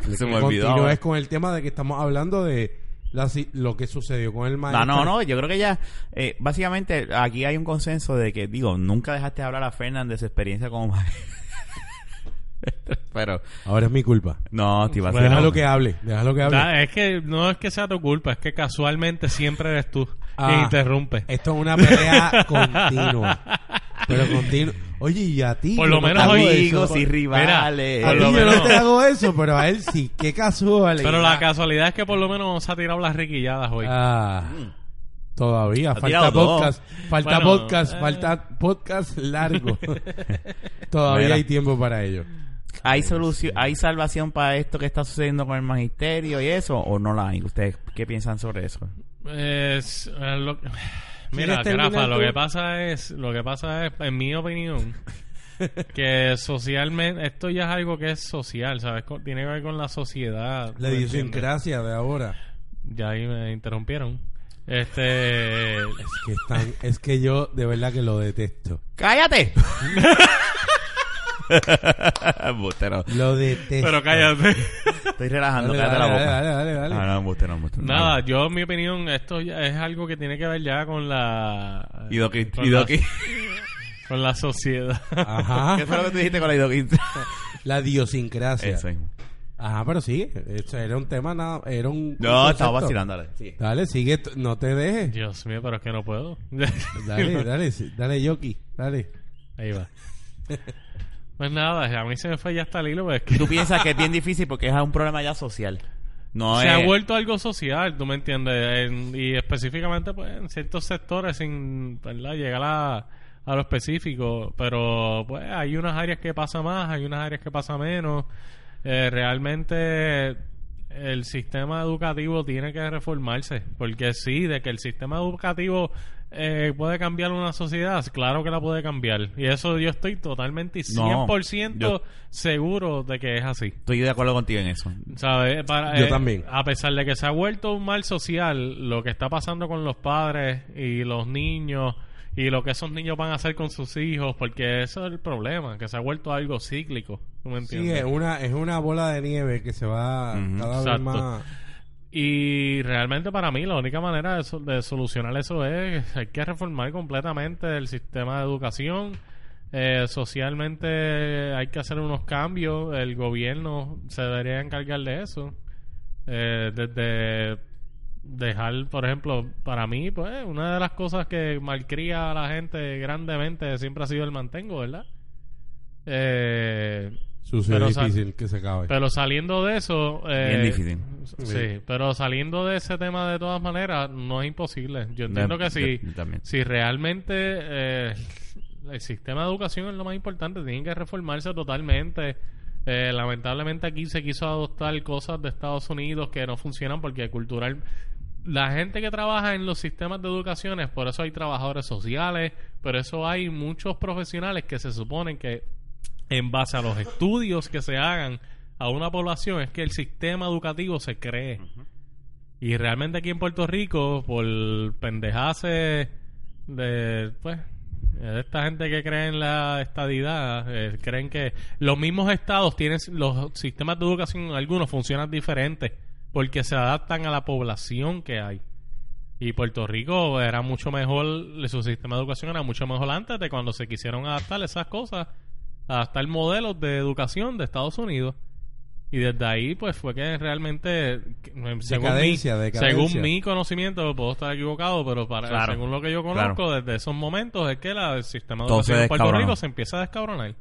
[SPEAKER 1] Se me
[SPEAKER 2] Continúes
[SPEAKER 1] olvidó.
[SPEAKER 2] con el tema de que estamos hablando de la si- lo que sucedió con el maestro.
[SPEAKER 1] No, no, no, yo creo que ya, eh, básicamente aquí hay un consenso de que, digo, nunca dejaste hablar a Fernández de su experiencia como maestro. Pero,
[SPEAKER 2] Ahora es mi culpa.
[SPEAKER 1] no, te iba a
[SPEAKER 3] Bueno,
[SPEAKER 1] decir-
[SPEAKER 2] déjalo que hable, déjalo que hable.
[SPEAKER 3] Da- es que no es que sea tu culpa, es que casualmente siempre eres tú
[SPEAKER 2] Ah. Eh,
[SPEAKER 3] quien interrumpe.
[SPEAKER 2] Esto es una pelea continua. Pero continua. Oye, y a ti.
[SPEAKER 3] Por lo
[SPEAKER 2] Yo no te
[SPEAKER 3] menos
[SPEAKER 2] hago
[SPEAKER 3] hoy-
[SPEAKER 2] eso.
[SPEAKER 1] amigos y
[SPEAKER 3] Mira,
[SPEAKER 1] rivales.
[SPEAKER 2] A
[SPEAKER 3] por
[SPEAKER 2] ti
[SPEAKER 3] lo
[SPEAKER 2] yo
[SPEAKER 3] menos-
[SPEAKER 2] no te hago eso, pero a él sí. Qué casual.
[SPEAKER 3] Pero la casualidad es que por lo menos se ha tirado las riquilladas hoy.
[SPEAKER 2] Ah, todavía. Falta
[SPEAKER 1] Mm. tirado dos.
[SPEAKER 2] podcast. Falta
[SPEAKER 3] Bueno,
[SPEAKER 2] podcast.
[SPEAKER 3] eh.
[SPEAKER 2] Falta podcast largo. todavía
[SPEAKER 1] Mira.
[SPEAKER 2] hay tiempo para ello.
[SPEAKER 1] ¿Hay solución, hay salvación para esto que está sucediendo con el magisterio y eso? ¿O no la hay? ¿Ustedes qué piensan sobre eso?
[SPEAKER 3] Es, eh, lo- mira,
[SPEAKER 2] terminar
[SPEAKER 3] Rafa, lo
[SPEAKER 2] tú?
[SPEAKER 3] que pasa es, lo que pasa es, en mi opinión, que socialmente, esto ya es algo que es social, ¿sabes? Con- tiene que ver con la sociedad.
[SPEAKER 2] La
[SPEAKER 3] ¿me entiendes?
[SPEAKER 2] idiosincrasia de ahora.
[SPEAKER 3] Ya ahí me interrumpieron. Este,
[SPEAKER 2] Es que, están, es que yo de verdad que lo detesto.
[SPEAKER 1] ¡Cállate! Embustero.
[SPEAKER 2] Lo detesto.
[SPEAKER 3] pero cállate.
[SPEAKER 1] Estoy relajando,
[SPEAKER 2] Dale,
[SPEAKER 1] cállate la
[SPEAKER 2] dale,
[SPEAKER 1] boca.
[SPEAKER 2] dale, dale, dale.
[SPEAKER 1] Ah, no, embustero, embustero.
[SPEAKER 3] Nada, yo en mi opinión, esto ya es algo que tiene que ver ya con la...
[SPEAKER 1] Idoqui-
[SPEAKER 3] con la-
[SPEAKER 1] Idoqui.
[SPEAKER 3] con la sociedad. Ah.
[SPEAKER 2] Ajá.
[SPEAKER 1] ¿Qué fue lo que tú dijiste con la idoquinta?
[SPEAKER 2] La idiosincrasia.
[SPEAKER 1] Eso mismo.
[SPEAKER 2] Ajá, pero sí, esto era un tema, nada, era un...
[SPEAKER 1] No,
[SPEAKER 2] un
[SPEAKER 1] estaba
[SPEAKER 2] concepto.
[SPEAKER 1] vacilando. dale, sí.
[SPEAKER 2] Dale, sigue, t- no te dejes.
[SPEAKER 3] Dios mío, pero es que no puedo.
[SPEAKER 2] Dale, dale, sí, dale, Yoki, dale.
[SPEAKER 3] Ahí va. Pues nada, a mí se me fue ya hasta el hilo, pero es que
[SPEAKER 1] Tú piensas que es bien difícil porque es un problema ya social. No
[SPEAKER 3] se
[SPEAKER 1] es...
[SPEAKER 3] ha vuelto algo social, tú me entiendes, En- y específicamente pues en ciertos sectores sin ¿verdad? llegar a, a lo específico, pero pues hay unas áreas que pasa más, hay unas áreas que pasa menos. Eh, realmente el sistema educativo tiene que reformarse, porque sí, de que el sistema educativo eh, puede cambiar una sociedad, claro que la puede cambiar, y eso yo estoy totalmente y
[SPEAKER 1] No,
[SPEAKER 3] 100%
[SPEAKER 1] yo-
[SPEAKER 3] seguro de que es así.
[SPEAKER 1] Estoy de acuerdo contigo en eso.
[SPEAKER 3] ¿Sabes? Para-
[SPEAKER 2] Yo
[SPEAKER 3] eh,
[SPEAKER 2] también.
[SPEAKER 3] A pesar de que se ha vuelto un mal social, lo que está pasando con los padres y los niños y lo que esos niños van a hacer con sus hijos, porque eso es el problema, que se ha vuelto algo cíclico. ¿Tú me
[SPEAKER 2] Sí,
[SPEAKER 3] entiendes?
[SPEAKER 2] es una, es una bola de nieve que se va
[SPEAKER 1] Ujú,
[SPEAKER 2] cada vez
[SPEAKER 3] exacto.
[SPEAKER 2] más...
[SPEAKER 3] Y realmente para mí la única manera de, sol- de solucionar eso es hay que reformar completamente el sistema de educación. Eh, socialmente hay que hacer unos cambios. El gobierno se debería encargar de eso. Eh, desde dejar, por ejemplo, para mí, pues una de las cosas que malcría a la gente grandemente siempre ha sido el mantengo, ¿verdad? Eh,
[SPEAKER 2] Sucio
[SPEAKER 3] Pero, o sea,
[SPEAKER 2] difícil que se acabe.
[SPEAKER 3] pero saliendo de eso. eh,
[SPEAKER 1] Bien difícil.
[SPEAKER 3] Sí, pero saliendo de ese tema de todas maneras, no es imposible. Yo entiendo que si,
[SPEAKER 1] Yo- yo también.
[SPEAKER 3] si realmente eh, el sistema de educación es lo más importante, tienen que reformarse totalmente. Eh, lamentablemente aquí se quiso adoptar cosas de Estados Unidos que no funcionan porque cultural... La gente que trabaja en los sistemas de educación, es por eso hay trabajadores sociales, por eso hay muchos profesionales que se suponen que en base a los estudios que se hagan a una población es que el sistema educativo se cree. Y realmente aquí en Puerto Rico, por pendejaces de, pues, de esta gente que cree en la estadidad, eh, creen que los mismos estados tienen los sistemas de educación, algunos funcionan diferentes, porque se adaptan a la población que hay. Y Puerto Rico era mucho mejor, su sistema de educación era mucho mejor antes de cuando se quisieron adaptar esas cosas, adaptar modelos de educación de Estados Unidos. Y desde ahí, pues fue que realmente, que- según, mi,
[SPEAKER 2] Decadencia, decadencia.
[SPEAKER 3] según mi conocimiento, puedo estar equivocado, pero para,
[SPEAKER 1] Claro,
[SPEAKER 3] según lo que yo
[SPEAKER 1] claro.
[SPEAKER 3] conozco, desde esos momentos es que la- el sistema de
[SPEAKER 1] Todo
[SPEAKER 3] educación
[SPEAKER 1] se
[SPEAKER 3] en Puerto
[SPEAKER 1] descabronó.
[SPEAKER 3] Rico se empieza a descabronar.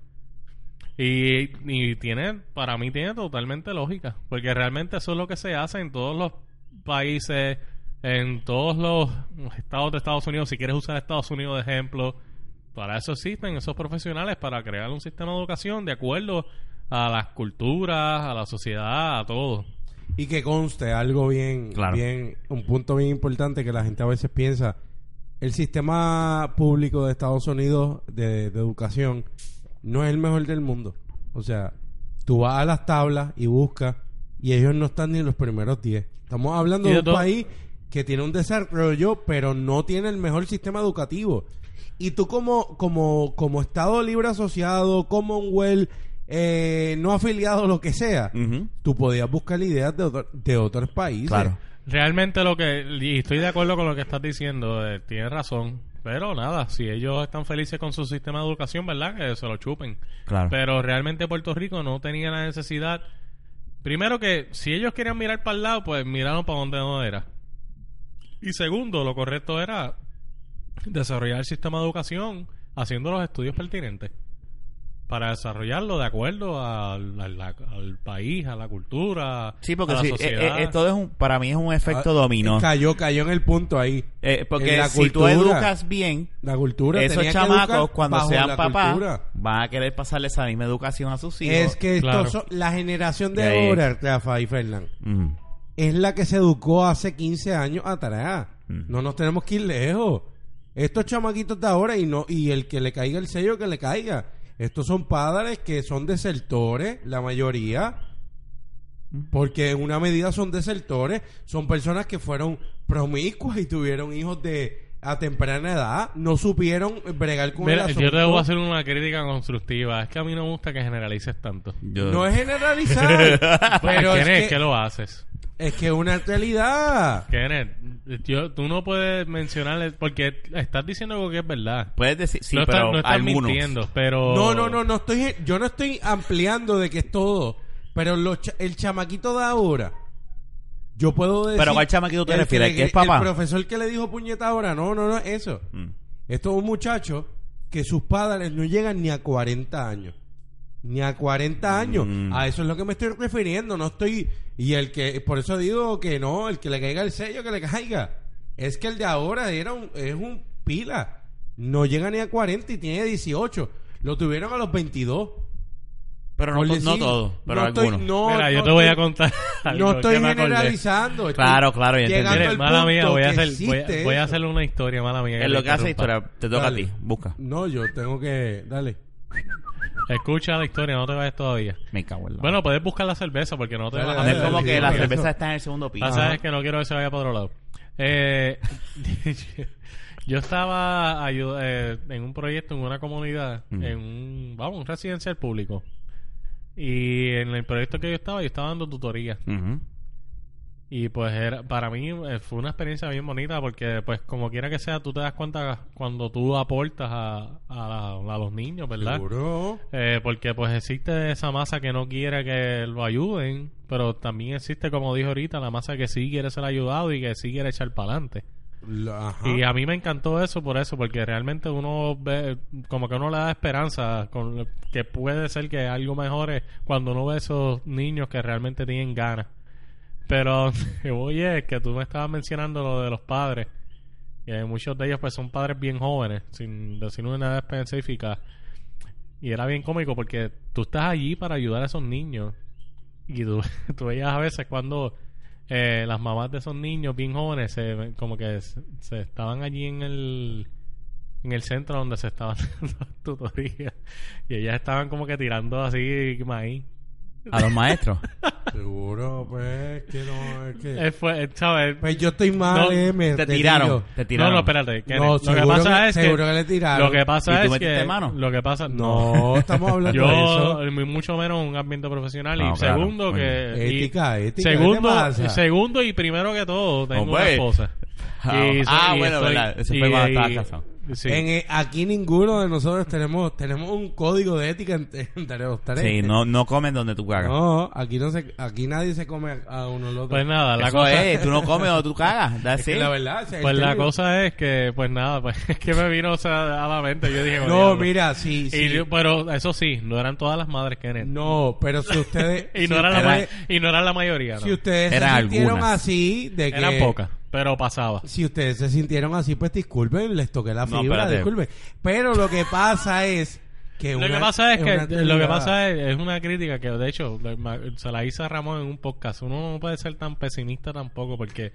[SPEAKER 3] Y, y tiene, para mí tiene totalmente lógica, porque realmente eso es lo que se hace en todos los países, en todos los estados de Estados Unidos, si quieres usar Estados Unidos de ejemplo, para eso existen esos profesionales, para crear un sistema de educación de acuerdo a las culturas, a la sociedad, a todo.
[SPEAKER 2] Y que conste algo bien,
[SPEAKER 1] Claro.
[SPEAKER 2] bien, un punto bien importante que la gente a veces piensa. El sistema público de Estados Unidos de, de educación no es el mejor del mundo. O sea, tú vas a las tablas y buscas y ellos no están ni en los primeros 10. Estamos hablando
[SPEAKER 3] Y
[SPEAKER 2] de
[SPEAKER 3] de
[SPEAKER 2] un
[SPEAKER 3] todo-
[SPEAKER 2] país que tiene un desarrollo, pero no tiene el mejor sistema educativo. Y tú como, como, como Estado Libre Asociado, Commonwealth, eh, no afiliado, lo que sea,
[SPEAKER 1] Ujú.
[SPEAKER 2] tú podías buscar ideas de, otro- de otros países. Ah,
[SPEAKER 1] Claro.
[SPEAKER 3] Realmente lo que, y estoy de acuerdo con lo que estás diciendo, eh, tienes razón. Pero nada, si ellos están felices con su sistema de educación, ¿verdad? Que se lo chupen.
[SPEAKER 1] Claro.
[SPEAKER 3] Pero realmente Puerto Rico no tenía la necesidad. Primero que si ellos querían mirar para el lado, pues miraron para donde no era. Y segundo, lo correcto era desarrollar el sistema de educación haciendo los estudios pertinentes para desarrollarlo de acuerdo al, al- al país, a la cultura,
[SPEAKER 1] sí, porque
[SPEAKER 3] a la
[SPEAKER 1] sí, eh,
[SPEAKER 3] sociedad.
[SPEAKER 1] eh, eh, todo es un, para mí es un efecto dominó.
[SPEAKER 2] Cayó, cayó Ah, en el punto ahí.
[SPEAKER 1] Eh, porque
[SPEAKER 2] en la
[SPEAKER 1] si tú
[SPEAKER 2] cultura.
[SPEAKER 1] educas bien,
[SPEAKER 2] La cultura.
[SPEAKER 1] esos
[SPEAKER 2] tenía que
[SPEAKER 1] chamacos
[SPEAKER 2] educar
[SPEAKER 1] cuando
[SPEAKER 2] bajo
[SPEAKER 1] sean
[SPEAKER 2] la
[SPEAKER 1] papás
[SPEAKER 2] cultura.
[SPEAKER 1] van a querer pasarle esa misma educación a sus hijos.
[SPEAKER 2] Es que
[SPEAKER 3] Claro.
[SPEAKER 2] estos son- la generación de
[SPEAKER 1] Sí.
[SPEAKER 2] ahora, Rafa y Fernán,
[SPEAKER 1] Mm.
[SPEAKER 2] es la que se educó hace 15 años atrás. No nos tenemos que ir lejos. Estos chamaquitos de ahora y no y el que le caiga el sello que le caiga. Estos son padres que son desertores, la mayoría. Porque en una medida son desertores, son personas que fueron promiscuas y tuvieron hijos de a temprana edad, no supieron bregar con
[SPEAKER 3] Mira,
[SPEAKER 2] el
[SPEAKER 3] yo te voy
[SPEAKER 2] asunto.
[SPEAKER 3] a hacer una crítica constructiva. Es que a mí no me gusta que generalices tanto. Pues,
[SPEAKER 1] Yo-
[SPEAKER 2] No es generalizar, pero
[SPEAKER 3] Kenneth,
[SPEAKER 2] es
[SPEAKER 3] que...
[SPEAKER 2] que,
[SPEAKER 3] lo haces?
[SPEAKER 2] es que es una realidad.
[SPEAKER 3] Kenneth, yo- tú no puedes mencionarle porque estás diciendo algo que es verdad.
[SPEAKER 1] Puedes decir, sí,
[SPEAKER 3] no estás,
[SPEAKER 1] pero
[SPEAKER 3] no estás
[SPEAKER 1] algunos.
[SPEAKER 3] mintiendo, pero...
[SPEAKER 2] No, no, no, no estoy, yo no estoy ampliando de que es todo, pero los cha- el chamaquito de ahora, yo puedo decir.
[SPEAKER 1] Pero ¿cuál chamaquito te
[SPEAKER 2] el
[SPEAKER 1] refieres?
[SPEAKER 2] le-
[SPEAKER 1] ¿Que es papá?
[SPEAKER 2] El profesor que le dijo puñeta ahora, no, no, no, eso.
[SPEAKER 1] Mm.
[SPEAKER 2] Esto es un muchacho que sus padres no llegan ni a 40 años. Ni a 40 años.
[SPEAKER 1] Mm.
[SPEAKER 2] A eso es lo que me estoy refiriendo. No estoy. Y el que. Por eso digo que no, el que le caiga el sello, que le caiga. Es que el de ahora era un- es un pila. No llega ni a 40 y tiene 18. Lo tuvieron a los 22.
[SPEAKER 1] Pero no,
[SPEAKER 2] Por
[SPEAKER 1] to-
[SPEAKER 2] decir,
[SPEAKER 1] no todo, pero
[SPEAKER 2] no estoy-
[SPEAKER 1] algunos.
[SPEAKER 2] no,
[SPEAKER 3] Mira, yo
[SPEAKER 2] no
[SPEAKER 3] te voy a
[SPEAKER 2] estoy-
[SPEAKER 3] contar algo
[SPEAKER 2] No
[SPEAKER 3] que
[SPEAKER 2] estoy
[SPEAKER 3] me acordé.
[SPEAKER 2] generalizando. estoy
[SPEAKER 1] Claro, claro, ya
[SPEAKER 2] llegando
[SPEAKER 1] entendí.
[SPEAKER 2] al
[SPEAKER 3] Mira, mala
[SPEAKER 2] punto
[SPEAKER 3] mía, voy a,
[SPEAKER 2] que
[SPEAKER 3] hacer, voy, a-
[SPEAKER 2] existe
[SPEAKER 3] voy a
[SPEAKER 2] eso.
[SPEAKER 3] hacerle una historia, mala mía. que
[SPEAKER 1] Es lo
[SPEAKER 3] te
[SPEAKER 1] que hace
[SPEAKER 3] interrumpa.
[SPEAKER 1] historia. Te toca
[SPEAKER 2] Dale.
[SPEAKER 1] a ti. Busca.
[SPEAKER 2] No, yo tengo que. Dale.
[SPEAKER 3] Escucha la historia, no te vayas todavía.
[SPEAKER 1] Me cago en la...
[SPEAKER 3] Bueno, puedes buscar la cerveza porque no te
[SPEAKER 2] Dale,
[SPEAKER 3] vas a
[SPEAKER 1] No es
[SPEAKER 2] dale,
[SPEAKER 1] como
[SPEAKER 2] dale,
[SPEAKER 1] que la
[SPEAKER 2] dale.
[SPEAKER 1] cerveza está en el segundo piso.
[SPEAKER 3] Pasa es que no quiero que se vaya para otro lado. Eh, yo estaba ayu- eh, en un proyecto, en una comunidad,
[SPEAKER 1] Ujú.
[SPEAKER 3] en un, vamos, un residencial público. Y en el proyecto que yo estaba, yo estaba dando tutoría.
[SPEAKER 1] Ujú.
[SPEAKER 3] Y pues era, para mí eh, fue una experiencia bien bonita porque pues como quiera que sea, tú te das cuenta cuando tú aportas a, a, a los niños, ¿verdad?
[SPEAKER 2] Seguro.
[SPEAKER 3] Eh, porque pues existe esa masa que no quiere que lo ayuden, pero también existe, como dijo ahorita, la masa que sí quiere ser ayudado y que sí quiere echar para adelante.
[SPEAKER 2] La- ajá.
[SPEAKER 3] Y a mí me encantó eso por eso, porque realmente uno ve, como que uno le da esperanza con lo- que puede ser que algo mejore cuando uno ve esos niños que realmente tienen ganas. Pero, oye, es que tú me estabas mencionando lo de los padres. que muchos de ellos pues son padres bien jóvenes, sin decir una edad específica. Y era bien cómico porque tú estás allí para ayudar a esos niños. Y tú, tú veías a veces cuando eh, las mamás de esos niños bien jóvenes se, como que se, se estaban allí en el en el centro donde se estaban dando las tutorías y ellas estaban como que tirando así maíz
[SPEAKER 1] A los maestros.
[SPEAKER 2] Seguro, pues, que no, es que...
[SPEAKER 3] Eh, fue, eh, ¿sabes?
[SPEAKER 2] Pues yo estoy mal,
[SPEAKER 3] No,
[SPEAKER 2] eh, me
[SPEAKER 1] te tiraron.
[SPEAKER 2] retiro.
[SPEAKER 1] Te
[SPEAKER 3] no
[SPEAKER 1] tiraron.
[SPEAKER 3] no espérate Kenneth.
[SPEAKER 2] No,
[SPEAKER 3] lo que
[SPEAKER 2] seguro
[SPEAKER 3] pasa
[SPEAKER 2] que-
[SPEAKER 3] es que
[SPEAKER 2] seguro que le tiraron.
[SPEAKER 3] lo que
[SPEAKER 1] ¿Y
[SPEAKER 3] pasa
[SPEAKER 1] tú
[SPEAKER 3] es
[SPEAKER 1] metiste
[SPEAKER 3] que
[SPEAKER 1] mano?
[SPEAKER 3] lo que pasa
[SPEAKER 2] No, estamos hablando de
[SPEAKER 3] yo
[SPEAKER 2] eso.
[SPEAKER 3] eh, ni mucho menos un ambiente profesional
[SPEAKER 1] No,
[SPEAKER 3] y
[SPEAKER 1] claro.
[SPEAKER 3] segundo
[SPEAKER 1] Muy
[SPEAKER 3] que y-
[SPEAKER 2] Ética, ética. ¿qué te
[SPEAKER 3] segundo
[SPEAKER 2] pasa?
[SPEAKER 3] segundo y primero que todo tengo
[SPEAKER 1] Hombre.
[SPEAKER 3] una esposa Y so-
[SPEAKER 1] ah,
[SPEAKER 3] y
[SPEAKER 1] bueno,
[SPEAKER 3] estoy-
[SPEAKER 1] verdad. Eso
[SPEAKER 3] y-
[SPEAKER 1] fue cuando
[SPEAKER 3] y-
[SPEAKER 1] estabas casado.
[SPEAKER 3] sí.
[SPEAKER 2] En, eh, aquí ninguno de nosotros tenemos tenemos un código de ética entre, entre los tres.
[SPEAKER 1] Sí, no, no comen donde tú cagas.
[SPEAKER 2] No, aquí, no se, aquí nadie se come a a uno al otro.
[SPEAKER 3] Pues nada, la
[SPEAKER 1] Eso
[SPEAKER 3] cosa
[SPEAKER 1] es, tú no comes donde tú cagas. da
[SPEAKER 2] Es que
[SPEAKER 1] sí.
[SPEAKER 2] la verdad... ese es el
[SPEAKER 3] Pues la
[SPEAKER 2] término.
[SPEAKER 3] cosa es que, pues nada, pues es que me vino o sea, a la mente. Yo dije,
[SPEAKER 2] No,
[SPEAKER 3] "Diablo".
[SPEAKER 2] mira, sí,
[SPEAKER 3] Y
[SPEAKER 2] sí.
[SPEAKER 3] yo- pues, pero eso sí, no eran todas las madres que eran.
[SPEAKER 2] No, pero si ustedes...
[SPEAKER 3] y,
[SPEAKER 2] Mm, si
[SPEAKER 3] no era la
[SPEAKER 2] ustedes-
[SPEAKER 3] ma- y no era la mayoría. ¿no?
[SPEAKER 2] Si ustedes se
[SPEAKER 1] Eran
[SPEAKER 2] sintieron
[SPEAKER 1] algunas.
[SPEAKER 2] así, de que...
[SPEAKER 3] Eran pocas, pero pasaba.
[SPEAKER 2] Si ustedes se sintieron así, pues disculpen, les toqué la
[SPEAKER 1] No,
[SPEAKER 2] fibra,
[SPEAKER 1] espérate.
[SPEAKER 2] disculpen. Pero lo que pasa es que
[SPEAKER 3] Lo
[SPEAKER 2] una-
[SPEAKER 3] que pasa es,
[SPEAKER 2] una
[SPEAKER 3] que lo que
[SPEAKER 2] realidad.
[SPEAKER 3] pasa es, es una crítica que de hecho le- ma- se la hizo a Ramón en un podcast. Uno no puede ser tan pesimista tampoco porque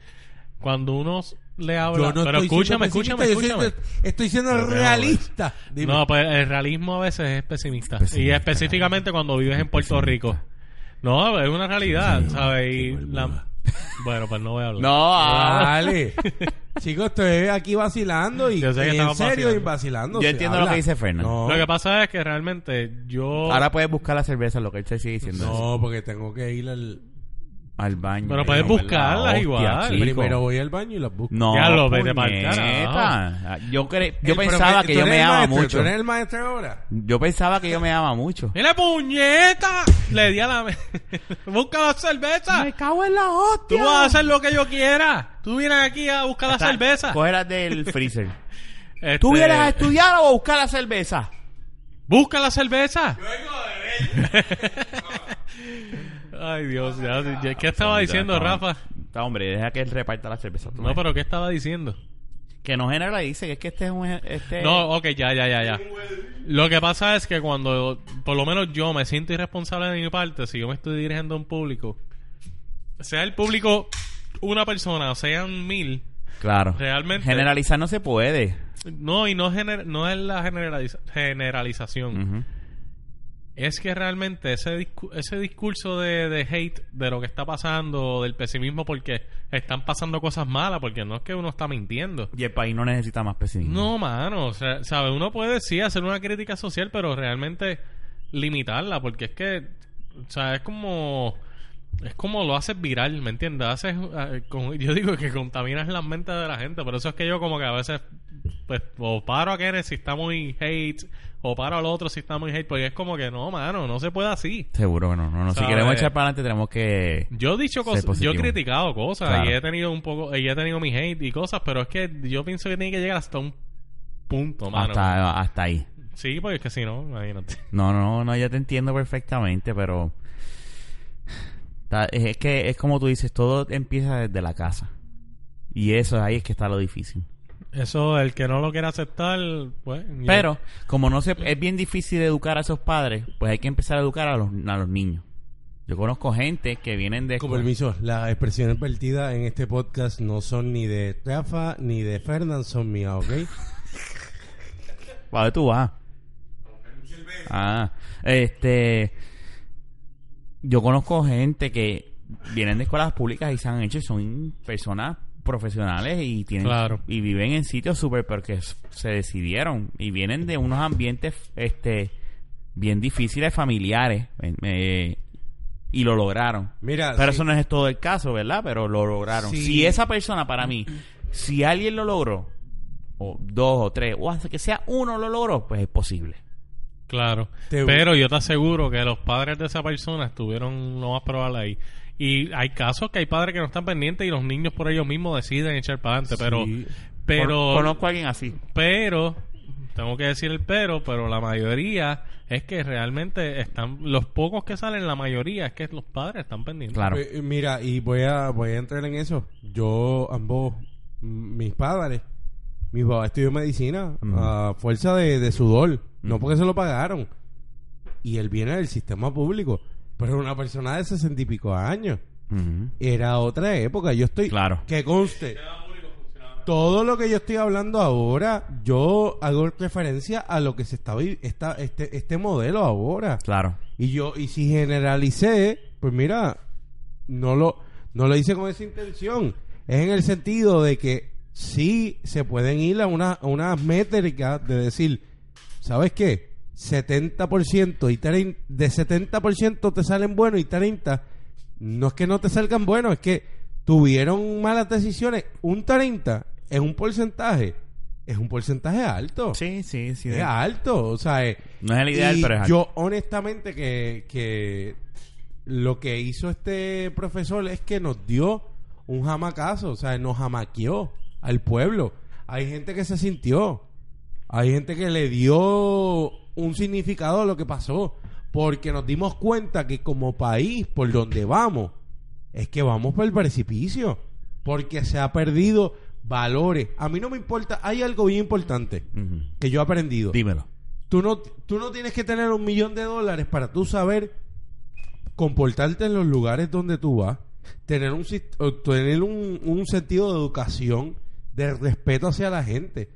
[SPEAKER 3] cuando uno s- le habla,
[SPEAKER 2] Yo no
[SPEAKER 3] pero
[SPEAKER 2] estoy siendo
[SPEAKER 3] escúchame, escúchame,
[SPEAKER 2] pesimista, yo
[SPEAKER 3] escúchame.
[SPEAKER 2] siento- estoy siendo
[SPEAKER 3] Pero déjame
[SPEAKER 2] realista. Dime.
[SPEAKER 3] No, pues el realismo a veces es pesimista. y
[SPEAKER 1] Pesimista.
[SPEAKER 3] específicamente cuando vives en Puerto Rico. No, es una realidad, ¿sabes? Y la- Bueno, pues no voy a hablar.
[SPEAKER 1] No, ah,
[SPEAKER 2] Vale. Chicos, estoy aquí vacilando y
[SPEAKER 3] ah. Yo sé que
[SPEAKER 2] y en
[SPEAKER 3] estamos
[SPEAKER 2] serio y
[SPEAKER 3] vacilando.
[SPEAKER 2] vacilando.
[SPEAKER 1] Yo
[SPEAKER 2] se
[SPEAKER 1] entiendo lo
[SPEAKER 2] habla.
[SPEAKER 1] que dice Fernan.
[SPEAKER 2] No,
[SPEAKER 3] Lo que pasa es que realmente yo...
[SPEAKER 1] Ahora puedes buscar la cerveza, lo que él te sigue diciendo.
[SPEAKER 2] no, porque tengo que ir al...
[SPEAKER 1] al baño.
[SPEAKER 3] Pero puedes
[SPEAKER 1] Yo, ¿verdad?
[SPEAKER 3] buscarlas
[SPEAKER 1] Hostia,
[SPEAKER 3] igual.
[SPEAKER 1] chico.
[SPEAKER 2] Primero voy al baño y las busco.
[SPEAKER 1] No,
[SPEAKER 3] Ya lo vete pa'l
[SPEAKER 1] puñeta. Ah,
[SPEAKER 3] carajo.
[SPEAKER 1] Yo, cre-
[SPEAKER 2] El
[SPEAKER 1] yo pensaba
[SPEAKER 2] profe-
[SPEAKER 1] que
[SPEAKER 2] Eh,
[SPEAKER 1] yo
[SPEAKER 2] ¿tú eres
[SPEAKER 1] me
[SPEAKER 2] el
[SPEAKER 1] amaba
[SPEAKER 2] maestro?
[SPEAKER 1] mucho.
[SPEAKER 2] ¿Tú eres el maestro ahora?
[SPEAKER 1] Yo pensaba que yo me amaba mucho.
[SPEAKER 3] ¡Mira, puñeta! Le di a la... ¡Busca la cerveza!
[SPEAKER 4] Me cago en la
[SPEAKER 3] ¡Tú
[SPEAKER 4] hostia.
[SPEAKER 3] vas a hacer lo que yo quiera! ¡Tú vienes aquí a buscar la cerveza!
[SPEAKER 1] Cogerlas del freezer.
[SPEAKER 3] Este,
[SPEAKER 1] pues, ¿Tú vienes a estudiar o a buscar la cerveza?
[SPEAKER 3] ¡Busca la cerveza! Ay, Dios, ya, ya- ¿qué estaba diciendo Rafa?
[SPEAKER 1] Está, hombre, deja que él reparta la cerveza. Tú
[SPEAKER 3] No,
[SPEAKER 1] ves.
[SPEAKER 3] pero ¿qué estaba diciendo?
[SPEAKER 1] Que no generalice, que es que este es un... Este...
[SPEAKER 3] No, ok, ya, ya, ya, ya. Lo que pasa es que cuando, por lo menos yo me siento irresponsable de mi parte, si yo me estoy dirigiendo a un público, sea el público una persona o sean mil,
[SPEAKER 1] Claro.
[SPEAKER 3] Realmente-
[SPEAKER 1] Generalizar no se puede.
[SPEAKER 3] no, y no, gener- no es la generaliza- generalización.
[SPEAKER 1] Ujú.
[SPEAKER 3] Es que realmente ese, discu- ese discurso de, de hate de lo que está pasando, del pesimismo porque están pasando cosas malas, porque no es que uno está mintiendo.
[SPEAKER 1] Y el país no necesita más pesimismo.
[SPEAKER 3] No, mano, o sea, sabe, uno puede sí hacer una crítica social, pero realmente limitarla, porque es que, o sea, es como, es como lo haces viral, ¿me entiendes? Haces, eh, con- yo digo que contaminas las mentes de la gente, por eso es que yo como que a veces, pues, o paro a Kenneth si está muy hate, o paro al otro si está muy hate, porque es como que no, mano, no se puede así.
[SPEAKER 1] Seguro que no. no, no. Si
[SPEAKER 3] ¿Sabes?
[SPEAKER 1] queremos echar para adelante tenemos que...
[SPEAKER 3] Yo he dicho
[SPEAKER 1] Ser
[SPEAKER 3] cosas, yo he
[SPEAKER 1] positivo.
[SPEAKER 3] criticado cosas
[SPEAKER 1] Claro.
[SPEAKER 3] y he tenido un poco, y he tenido mi hate y cosas, pero es que yo pienso que tiene que llegar hasta un punto, mano.
[SPEAKER 1] Hasta, hasta ahí.
[SPEAKER 3] Sí, porque es que si no, imagínate.
[SPEAKER 1] No, no, no, ya te entiendo perfectamente, pero... Ta- Es es que es como tú dices, todo empieza desde la casa. Y eso ahí es que está lo difícil.
[SPEAKER 3] Eso, el que no lo quiera aceptar, pues. ya.
[SPEAKER 1] Pero, como no se, es bien difícil educar a esos padres, pues hay que empezar a educar a los, a los niños. Yo conozco gente que vienen de...
[SPEAKER 2] Con permiso, las expresiones vertidas en este podcast no son ni de Rafa ni de Fernand, son mías, ¿ok?
[SPEAKER 1] ¿Para dónde tú vas? Ah, este... Yo conozco gente que vienen de escuelas públicas y se han hecho y son personas profesionales y tienen
[SPEAKER 3] Claro.
[SPEAKER 1] y viven en sitios súper porque s- se decidieron y vienen de unos ambientes este bien difíciles familiares eh, eh, y lo lograron
[SPEAKER 2] Mira,
[SPEAKER 1] Pero
[SPEAKER 2] sí,
[SPEAKER 1] eso no es todo el caso, ¿verdad? Pero lo lograron.
[SPEAKER 2] Sí.
[SPEAKER 1] Si esa persona, para mí, si alguien lo logró, o dos o tres, o hasta que sea uno lo logró, pues es posible.
[SPEAKER 3] Claro.
[SPEAKER 2] Te-
[SPEAKER 3] Pero yo te aseguro que los padres de esa persona estuvieron lo más probable ahí. Y hay casos que hay padres que no están pendientes y los niños por ellos mismos deciden echar para adelante. Pero,
[SPEAKER 2] sí.
[SPEAKER 3] pero,
[SPEAKER 1] Con- Conozco a alguien así.
[SPEAKER 3] pero, tengo que decir el pero, pero la mayoría es que realmente están, los pocos que salen, la mayoría es que los padres están pendientes.
[SPEAKER 1] Claro.
[SPEAKER 2] Eh, Mira, y voy a, voy a entrar en eso. Yo, ambos, m- mis padres, mi papá estudió medicina
[SPEAKER 1] Ujú.
[SPEAKER 2] a fuerza de, de sudor, no porque se lo pagaron. Y él viene del sistema público, pero era una persona de sesenta y pico años.
[SPEAKER 1] Ujú.
[SPEAKER 2] Era otra época. Yo estoy.
[SPEAKER 1] Claro.
[SPEAKER 2] Que conste. Todo lo que yo estoy hablando ahora, yo hago referencia a lo que se está vi- esta, este, este modelo ahora.
[SPEAKER 1] Claro.
[SPEAKER 2] Y yo, y si generalicé, pues mira, no lo, no lo hice con esa intención. Es en el sentido de que sí se pueden ir a una- a unas métricas de decir, ¿sabes qué? 70% y 30 de 70% te salen buenos y 30 no es que no te salgan buenos, es que tuvieron malas decisiones. Un 30 es un porcentaje, es un porcentaje alto.
[SPEAKER 1] Sí, sí, sí.
[SPEAKER 2] Es alto, o sea, eh,
[SPEAKER 1] Eh, No es el ideal,
[SPEAKER 2] y
[SPEAKER 1] pero es alto.
[SPEAKER 2] Yo honestamente que, que lo que hizo este profesor es que nos dio un jamacazo, o sea, nos jamaqueó al pueblo. Hay gente que se sintió, hay gente que le dio un significado a lo que pasó, porque nos dimos cuenta que como país, por donde vamos, es que vamos por el precipicio, porque se ha perdido valores. A mí no me importa, hay algo bien importante
[SPEAKER 1] Ujú.
[SPEAKER 2] que yo he aprendido.
[SPEAKER 1] Dímelo.
[SPEAKER 2] Tú no, tú no tienes que tener un millón de dólares para tú saber comportarte en los lugares donde tú vas, tener un, sist- o tener un, un sentido de educación, de respeto hacia la gente.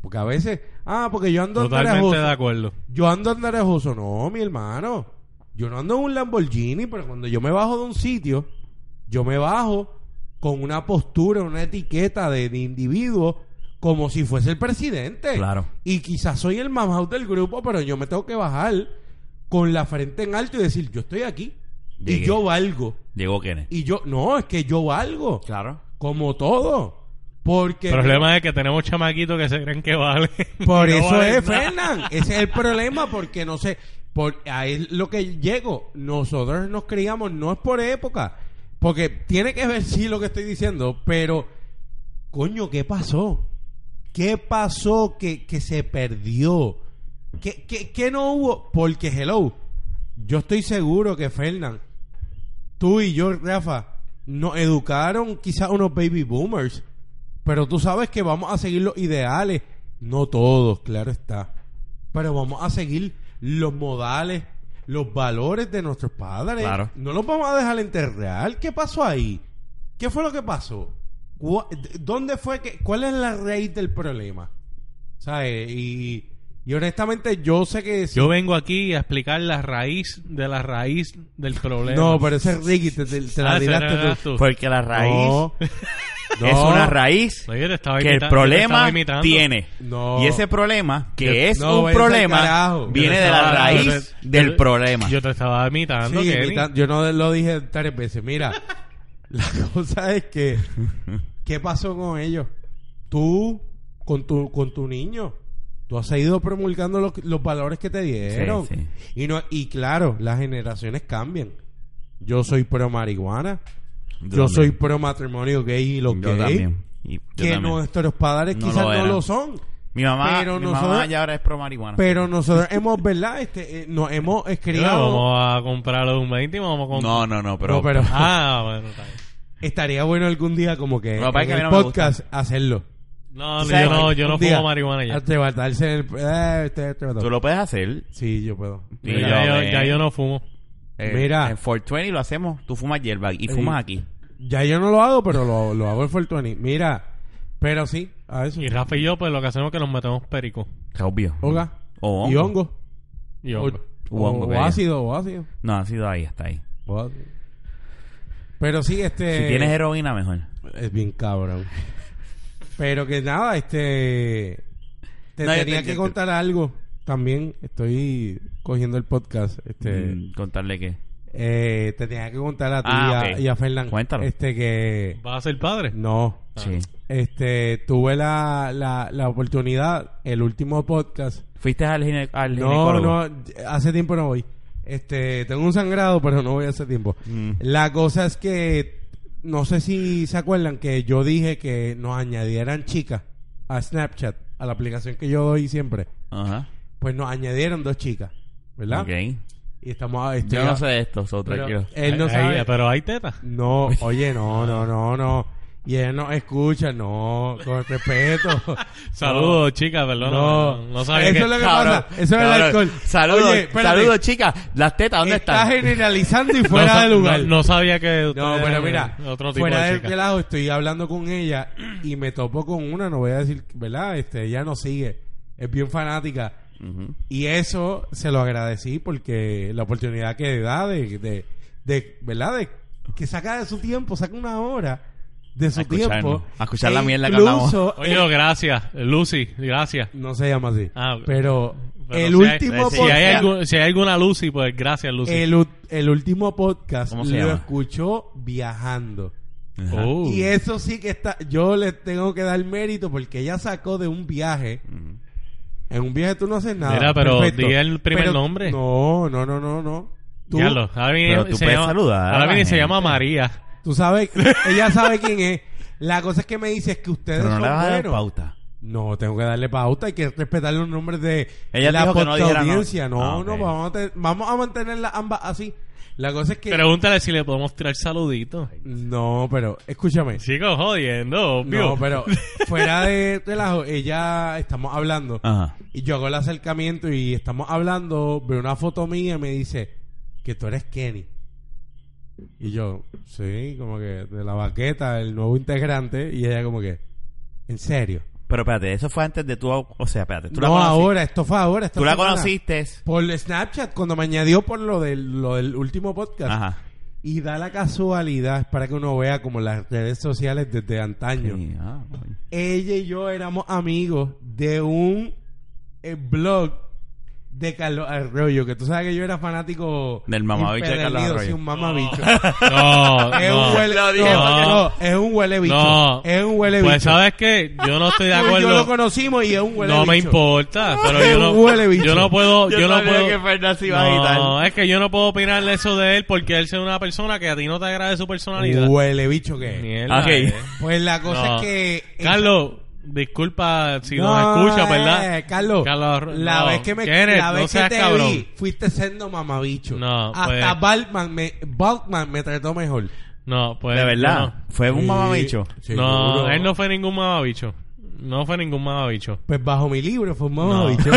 [SPEAKER 2] Porque a veces, ah, porque yo ando
[SPEAKER 3] Totalmente
[SPEAKER 2] andarejoso.
[SPEAKER 3] de acuerdo.
[SPEAKER 2] Yo ando andarejoso. No, mi hermano. Yo no ando en un Lamborghini, pero cuando yo me bajo de un sitio, yo me bajo con una postura, una etiqueta de, de individuo, como si fuese el presidente.
[SPEAKER 1] Claro.
[SPEAKER 2] Y quizás soy el mamá del grupo, pero yo me tengo que bajar con la frente en alto y decir, yo estoy aquí.
[SPEAKER 1] Llegué.
[SPEAKER 2] Y yo valgo.
[SPEAKER 1] Llegó Kenneth.
[SPEAKER 2] Y yo, no, es que yo valgo.
[SPEAKER 1] Claro.
[SPEAKER 2] Como todo. Porque.
[SPEAKER 3] El problema es que tenemos chamaquitos que se creen que vale.
[SPEAKER 2] Por eso es,
[SPEAKER 1] pues.
[SPEAKER 2] Fernán. Ese es el problema, porque no sé. Por, ahí es lo que llego. Nosotros nos criamos, no es por época. Porque tiene que ver, sí, lo que estoy diciendo, pero. Coño, ¿qué pasó? ¿Qué pasó que, que se perdió? ¿Qué, qué, qué no hubo? Porque, hello, yo estoy seguro que Fernán, tú y yo, Rafa, nos educaron quizás unos baby boomers. Pero tú sabes que vamos a seguir los ideales. No todos, claro está. Pero vamos a seguir los modales, los valores de nuestros padres.
[SPEAKER 1] Claro.
[SPEAKER 2] No los vamos a dejar enterrar. ¿Qué pasó ahí? ¿Qué fue lo que pasó? ¿Cu- ¿Dónde fue que.? ¿Cuál es la raíz del problema? ¿Sabes? Y, y honestamente, yo sé que. si-
[SPEAKER 3] Yo vengo aquí a explicar la raíz de la raíz del problema.
[SPEAKER 2] no, pero ese es Ricky, te, te- te la
[SPEAKER 3] Ah, ese
[SPEAKER 2] tiraste
[SPEAKER 3] era
[SPEAKER 2] tú.
[SPEAKER 3] tú.
[SPEAKER 1] Porque la raíz
[SPEAKER 2] No.
[SPEAKER 1] es
[SPEAKER 2] No.
[SPEAKER 1] una raíz
[SPEAKER 3] Oye, te estaba
[SPEAKER 1] que el
[SPEAKER 3] imitando, yo te estaba
[SPEAKER 1] problema
[SPEAKER 3] imitando.
[SPEAKER 1] tiene.
[SPEAKER 2] No.
[SPEAKER 1] Y ese problema, que
[SPEAKER 2] Yo-
[SPEAKER 1] es
[SPEAKER 2] no,
[SPEAKER 1] un
[SPEAKER 2] vete al
[SPEAKER 1] problema,
[SPEAKER 2] carajo.
[SPEAKER 1] viene
[SPEAKER 3] Yo te
[SPEAKER 1] de la
[SPEAKER 3] estaba-
[SPEAKER 1] raíz
[SPEAKER 3] yo te-
[SPEAKER 1] del
[SPEAKER 3] yo te-
[SPEAKER 1] problema.
[SPEAKER 3] Yo te estaba imitando,
[SPEAKER 2] Sí,
[SPEAKER 3] Kenny.
[SPEAKER 2] ni tan- yo no lo dije tres veces. Mira, la cosa es que ¿qué pasó con ellos? Tú con tu con tu niño, tú has ido promulgando los, los valores que te dieron.
[SPEAKER 1] Sí, sí.
[SPEAKER 2] Y no y claro, las generaciones cambian. Yo soy pro marihuana, yo,
[SPEAKER 1] también.
[SPEAKER 2] soy pro matrimonio gay y lo
[SPEAKER 1] Yo
[SPEAKER 2] gay,
[SPEAKER 1] también. Y yo
[SPEAKER 2] que
[SPEAKER 1] también.
[SPEAKER 2] nuestros padres
[SPEAKER 1] No
[SPEAKER 2] quizás
[SPEAKER 1] lo
[SPEAKER 2] no
[SPEAKER 1] eran.
[SPEAKER 2] lo son.
[SPEAKER 1] Mi mamá,
[SPEAKER 2] pero
[SPEAKER 1] mi
[SPEAKER 2] nosotros-
[SPEAKER 1] mamá ya ahora es pro marihuana.
[SPEAKER 2] Pero nosotros hemos, ¿verdad? Este, eh, nos hemos
[SPEAKER 3] Mira,
[SPEAKER 2] criado
[SPEAKER 3] Vamos a comprarlo un 20 y vamos a comprar.
[SPEAKER 1] no, no, no, pero,
[SPEAKER 2] No, Oh, pero-
[SPEAKER 3] Ah, bueno, está bien.
[SPEAKER 2] Estaría bueno algún día como que
[SPEAKER 1] Lo que pasa es
[SPEAKER 2] en
[SPEAKER 1] que a mí
[SPEAKER 2] el
[SPEAKER 1] no me
[SPEAKER 2] podcast hacerlo.
[SPEAKER 3] No,
[SPEAKER 1] ¿Sabes?
[SPEAKER 3] yo no, yo no
[SPEAKER 2] Un día,
[SPEAKER 3] fumo marihuana ya.
[SPEAKER 2] Arrebatarse en el... eh, usted arrebató.
[SPEAKER 1] tú lo puedes hacer.
[SPEAKER 2] Sí, yo puedo.
[SPEAKER 1] Sí,
[SPEAKER 3] Ya,
[SPEAKER 1] yo,
[SPEAKER 3] yo,
[SPEAKER 1] eh.
[SPEAKER 3] ya yo no fumo.
[SPEAKER 1] Eh,
[SPEAKER 2] Mira.
[SPEAKER 1] En 420 lo hacemos. Tú fumas hierba y fumas aquí.
[SPEAKER 2] Ya yo no lo hago, pero lo, lo hago en 420. Mira, pero sí, a eso.
[SPEAKER 3] Y Rafa y yo, pues lo que hacemos es que nos metemos perico.
[SPEAKER 1] Obvio.
[SPEAKER 2] Hoga.
[SPEAKER 1] O
[SPEAKER 2] Y
[SPEAKER 1] hongo.
[SPEAKER 2] hongo.
[SPEAKER 3] Y pues,
[SPEAKER 2] O,
[SPEAKER 3] hongo.
[SPEAKER 1] U hongo,
[SPEAKER 2] o
[SPEAKER 1] que haya.
[SPEAKER 2] ácido, o ácido.
[SPEAKER 1] No, ha sido ahí, hasta ahí.
[SPEAKER 2] O ácido. Pero sí, este...
[SPEAKER 1] si tienes heroína, mejor.
[SPEAKER 2] Es bien cabrón. Pero que nada, este... Te
[SPEAKER 1] No, yo te
[SPEAKER 2] tenía que
[SPEAKER 1] entiendo.
[SPEAKER 2] contar algo. También estoy cogiendo el podcast. Este...
[SPEAKER 1] Mm, Contarle que.
[SPEAKER 2] Eh, te tenía que contar a ti
[SPEAKER 1] Ah,
[SPEAKER 2] y, a,
[SPEAKER 1] ok.
[SPEAKER 2] y a Fernán.
[SPEAKER 1] Cuéntalo.
[SPEAKER 2] Este que...
[SPEAKER 3] ¿Vas a ser padre?
[SPEAKER 2] No.
[SPEAKER 1] Sí.
[SPEAKER 2] Este, tuve la, la, la oportunidad, el último podcast.
[SPEAKER 1] ¿Fuiste al, gine- al
[SPEAKER 2] No,
[SPEAKER 1] ginecólogo?
[SPEAKER 2] no, hace tiempo no voy. Este, tengo un sangrado, pero no voy hace tiempo.
[SPEAKER 1] Mm.
[SPEAKER 2] La cosa es que, no sé si se acuerdan que yo dije que nos añadieran chicas a Snapchat, a la aplicación que yo doy siempre.
[SPEAKER 1] Ajá.
[SPEAKER 2] Pues nos añadieron dos chicas, ¿verdad?
[SPEAKER 1] Ok.
[SPEAKER 2] Y estamos... estoy
[SPEAKER 1] Yo no
[SPEAKER 2] a-
[SPEAKER 1] sé de esto, so,
[SPEAKER 2] pero
[SPEAKER 1] tranquilo.
[SPEAKER 2] Él no
[SPEAKER 3] Ahí-
[SPEAKER 2] sabe.
[SPEAKER 3] Pero hay teta.
[SPEAKER 2] No, oye, no, no, no, no. Y él no escucha, no, con respeto.
[SPEAKER 3] Saludos, chicas, perdón. No,
[SPEAKER 2] No,
[SPEAKER 3] no, sabía
[SPEAKER 2] Eso
[SPEAKER 3] que-
[SPEAKER 2] es lo que
[SPEAKER 1] Cabrón,
[SPEAKER 2] pasa. Eso es el
[SPEAKER 1] cabrón.
[SPEAKER 2] alcohol.
[SPEAKER 1] Saludos,
[SPEAKER 2] Oye, espérate.
[SPEAKER 1] saludos, chicas. Las tetas, ¿dónde
[SPEAKER 2] está
[SPEAKER 1] están?
[SPEAKER 2] generalizando y
[SPEAKER 3] no
[SPEAKER 2] fuera
[SPEAKER 3] sa-
[SPEAKER 2] de lugar.
[SPEAKER 3] No, no sabía que.
[SPEAKER 2] No,
[SPEAKER 3] ustedes- eh,
[SPEAKER 2] pero mira,
[SPEAKER 3] Otro tipo
[SPEAKER 2] fuera
[SPEAKER 3] de
[SPEAKER 2] del
[SPEAKER 3] chica.
[SPEAKER 2] relajo estoy hablando con ella y me topo con una, no voy a decir, ¿verdad? Este, ella no sigue, es bien fanática.
[SPEAKER 1] Ujú.
[SPEAKER 2] Y eso se lo agradecí porque la oportunidad que da de, de, de- ¿verdad? De, que saca de su tiempo, saca una hora de su
[SPEAKER 1] A escucharnos,
[SPEAKER 2] tiempo.
[SPEAKER 1] a escuchar la
[SPEAKER 2] E
[SPEAKER 1] mierda que
[SPEAKER 2] incluso
[SPEAKER 3] Oye, no, gracias. Lucy, gracias.
[SPEAKER 2] No se llama así.
[SPEAKER 3] Ah,
[SPEAKER 2] pero,
[SPEAKER 3] Pero
[SPEAKER 2] el
[SPEAKER 3] si hay-
[SPEAKER 2] último
[SPEAKER 3] si hay,
[SPEAKER 2] podcast,
[SPEAKER 3] algún- si hay alguna Lucy, pues gracias, Lucy.
[SPEAKER 2] el, u- el último podcast
[SPEAKER 1] ¿Cómo
[SPEAKER 2] lo
[SPEAKER 1] se llama?
[SPEAKER 2] escuchó viajando.
[SPEAKER 1] Ajá.
[SPEAKER 3] Oh.
[SPEAKER 2] Y eso sí que está. Yo le tengo que dar mérito porque ella sacó de un viaje.
[SPEAKER 1] Ujú.
[SPEAKER 2] En un viaje tú no haces nada.
[SPEAKER 3] Mira, pero
[SPEAKER 2] Perfecto.
[SPEAKER 3] di el primer
[SPEAKER 2] Pero-
[SPEAKER 3] nombre.
[SPEAKER 2] No, no, no, no, no. Tú,
[SPEAKER 3] Ya lo- ahora viene,
[SPEAKER 1] Pero tú
[SPEAKER 3] se
[SPEAKER 1] puedes
[SPEAKER 3] llama,
[SPEAKER 1] saludar a
[SPEAKER 3] ahora
[SPEAKER 1] la
[SPEAKER 3] viene y se
[SPEAKER 1] gente.
[SPEAKER 3] llama María.
[SPEAKER 2] tú sabes, ella sabe quién es. La cosa es que me dice es que ustedes
[SPEAKER 1] Pero no
[SPEAKER 2] son
[SPEAKER 1] le vas a dar
[SPEAKER 2] buenos.
[SPEAKER 1] pauta.
[SPEAKER 2] No, tengo que darle pauta. Hay que respetar los nombres de
[SPEAKER 1] Ella
[SPEAKER 2] la
[SPEAKER 1] dijo que no dijera no.
[SPEAKER 2] audiencia. No,
[SPEAKER 1] Ah, ok.
[SPEAKER 2] no, vamos a, te- vamos a mantenerlas ambas así. La cosa es que.
[SPEAKER 3] Pregúntale si le podemos tirar saluditos.
[SPEAKER 2] No, pero escúchame.
[SPEAKER 3] Chicos, jodiendo, obvio.
[SPEAKER 2] No, pero fuera de relajo, ella estamos hablando.
[SPEAKER 1] Ajá.
[SPEAKER 2] Y yo hago el acercamiento y estamos hablando, veo una foto mía y me dice que tú eres Kenny. Y yo, sí, como que de la baqueta, el nuevo integrante. Y ella como que, ¿en serio?
[SPEAKER 1] Pero espérate, eso fue antes de tu. O sea, espérate. ¿tú la
[SPEAKER 2] no,
[SPEAKER 1] conocí-
[SPEAKER 2] ahora, esto fue ahora. esta
[SPEAKER 1] Tú la
[SPEAKER 2] semana.
[SPEAKER 1] conociste.
[SPEAKER 2] Por Snapchat, cuando me añadió por lo del, lo del último podcast.
[SPEAKER 1] Ajá.
[SPEAKER 2] Y da la casualidad, es para que uno vea como las redes sociales desde antaño.
[SPEAKER 1] Sí, ah, coño.
[SPEAKER 2] ella y yo éramos amigos de un eh, blog de Carlos Arroyo, que tú sabes que yo era fanático
[SPEAKER 1] Del mamabicho de Carlos
[SPEAKER 2] impedernido, sí,
[SPEAKER 1] Arroyo.
[SPEAKER 2] un mamabicho.
[SPEAKER 3] No,
[SPEAKER 2] Es
[SPEAKER 3] no.
[SPEAKER 2] un huele
[SPEAKER 1] Lo dije
[SPEAKER 2] no,
[SPEAKER 3] porque-
[SPEAKER 2] no, es un huele bicho.
[SPEAKER 3] No.
[SPEAKER 2] Es un huele bicho.
[SPEAKER 3] Pues sabes que yo no estoy de
[SPEAKER 2] Tú y yo lo
[SPEAKER 3] acuerdo.
[SPEAKER 2] conocimos y es un huele
[SPEAKER 3] No
[SPEAKER 2] bicho.
[SPEAKER 3] me importa, pero
[SPEAKER 2] Es
[SPEAKER 3] yo
[SPEAKER 2] un huele
[SPEAKER 3] no,
[SPEAKER 2] bicho.
[SPEAKER 3] yo no puedo, yo, no puedo.
[SPEAKER 1] Fernández
[SPEAKER 3] No, es que yo no puedo opinar de eso de él porque él es una persona que a ti no te agrade su personalidad.
[SPEAKER 2] Huele bicho que es.
[SPEAKER 3] Mierda,
[SPEAKER 1] Ok.
[SPEAKER 3] eh.
[SPEAKER 2] Pues la cosa
[SPEAKER 3] No.
[SPEAKER 2] es que...
[SPEAKER 3] Carlos, disculpa si
[SPEAKER 2] No,
[SPEAKER 3] nos escuchas,
[SPEAKER 2] eh,
[SPEAKER 3] ¿verdad?
[SPEAKER 2] Carlos,
[SPEAKER 3] Carlos,
[SPEAKER 2] la
[SPEAKER 3] no.
[SPEAKER 2] vez que me
[SPEAKER 3] Kenneth,
[SPEAKER 2] la vez
[SPEAKER 3] no seas
[SPEAKER 2] que te
[SPEAKER 3] cabrón.
[SPEAKER 2] vi, fuiste siendo mamabicho.
[SPEAKER 3] No,
[SPEAKER 2] Hasta
[SPEAKER 3] pues-
[SPEAKER 2] Baltman me Baltman me trató mejor.
[SPEAKER 3] No, pues.
[SPEAKER 1] De
[SPEAKER 3] yo
[SPEAKER 1] verdad,
[SPEAKER 3] no.
[SPEAKER 1] fue un mamabicho.
[SPEAKER 2] Sí,
[SPEAKER 3] no,
[SPEAKER 2] seguro.
[SPEAKER 3] él no fue ningún mamabicho. No fue ningún mamabicho.
[SPEAKER 2] Pues bajo mi libro fue un mamabicho.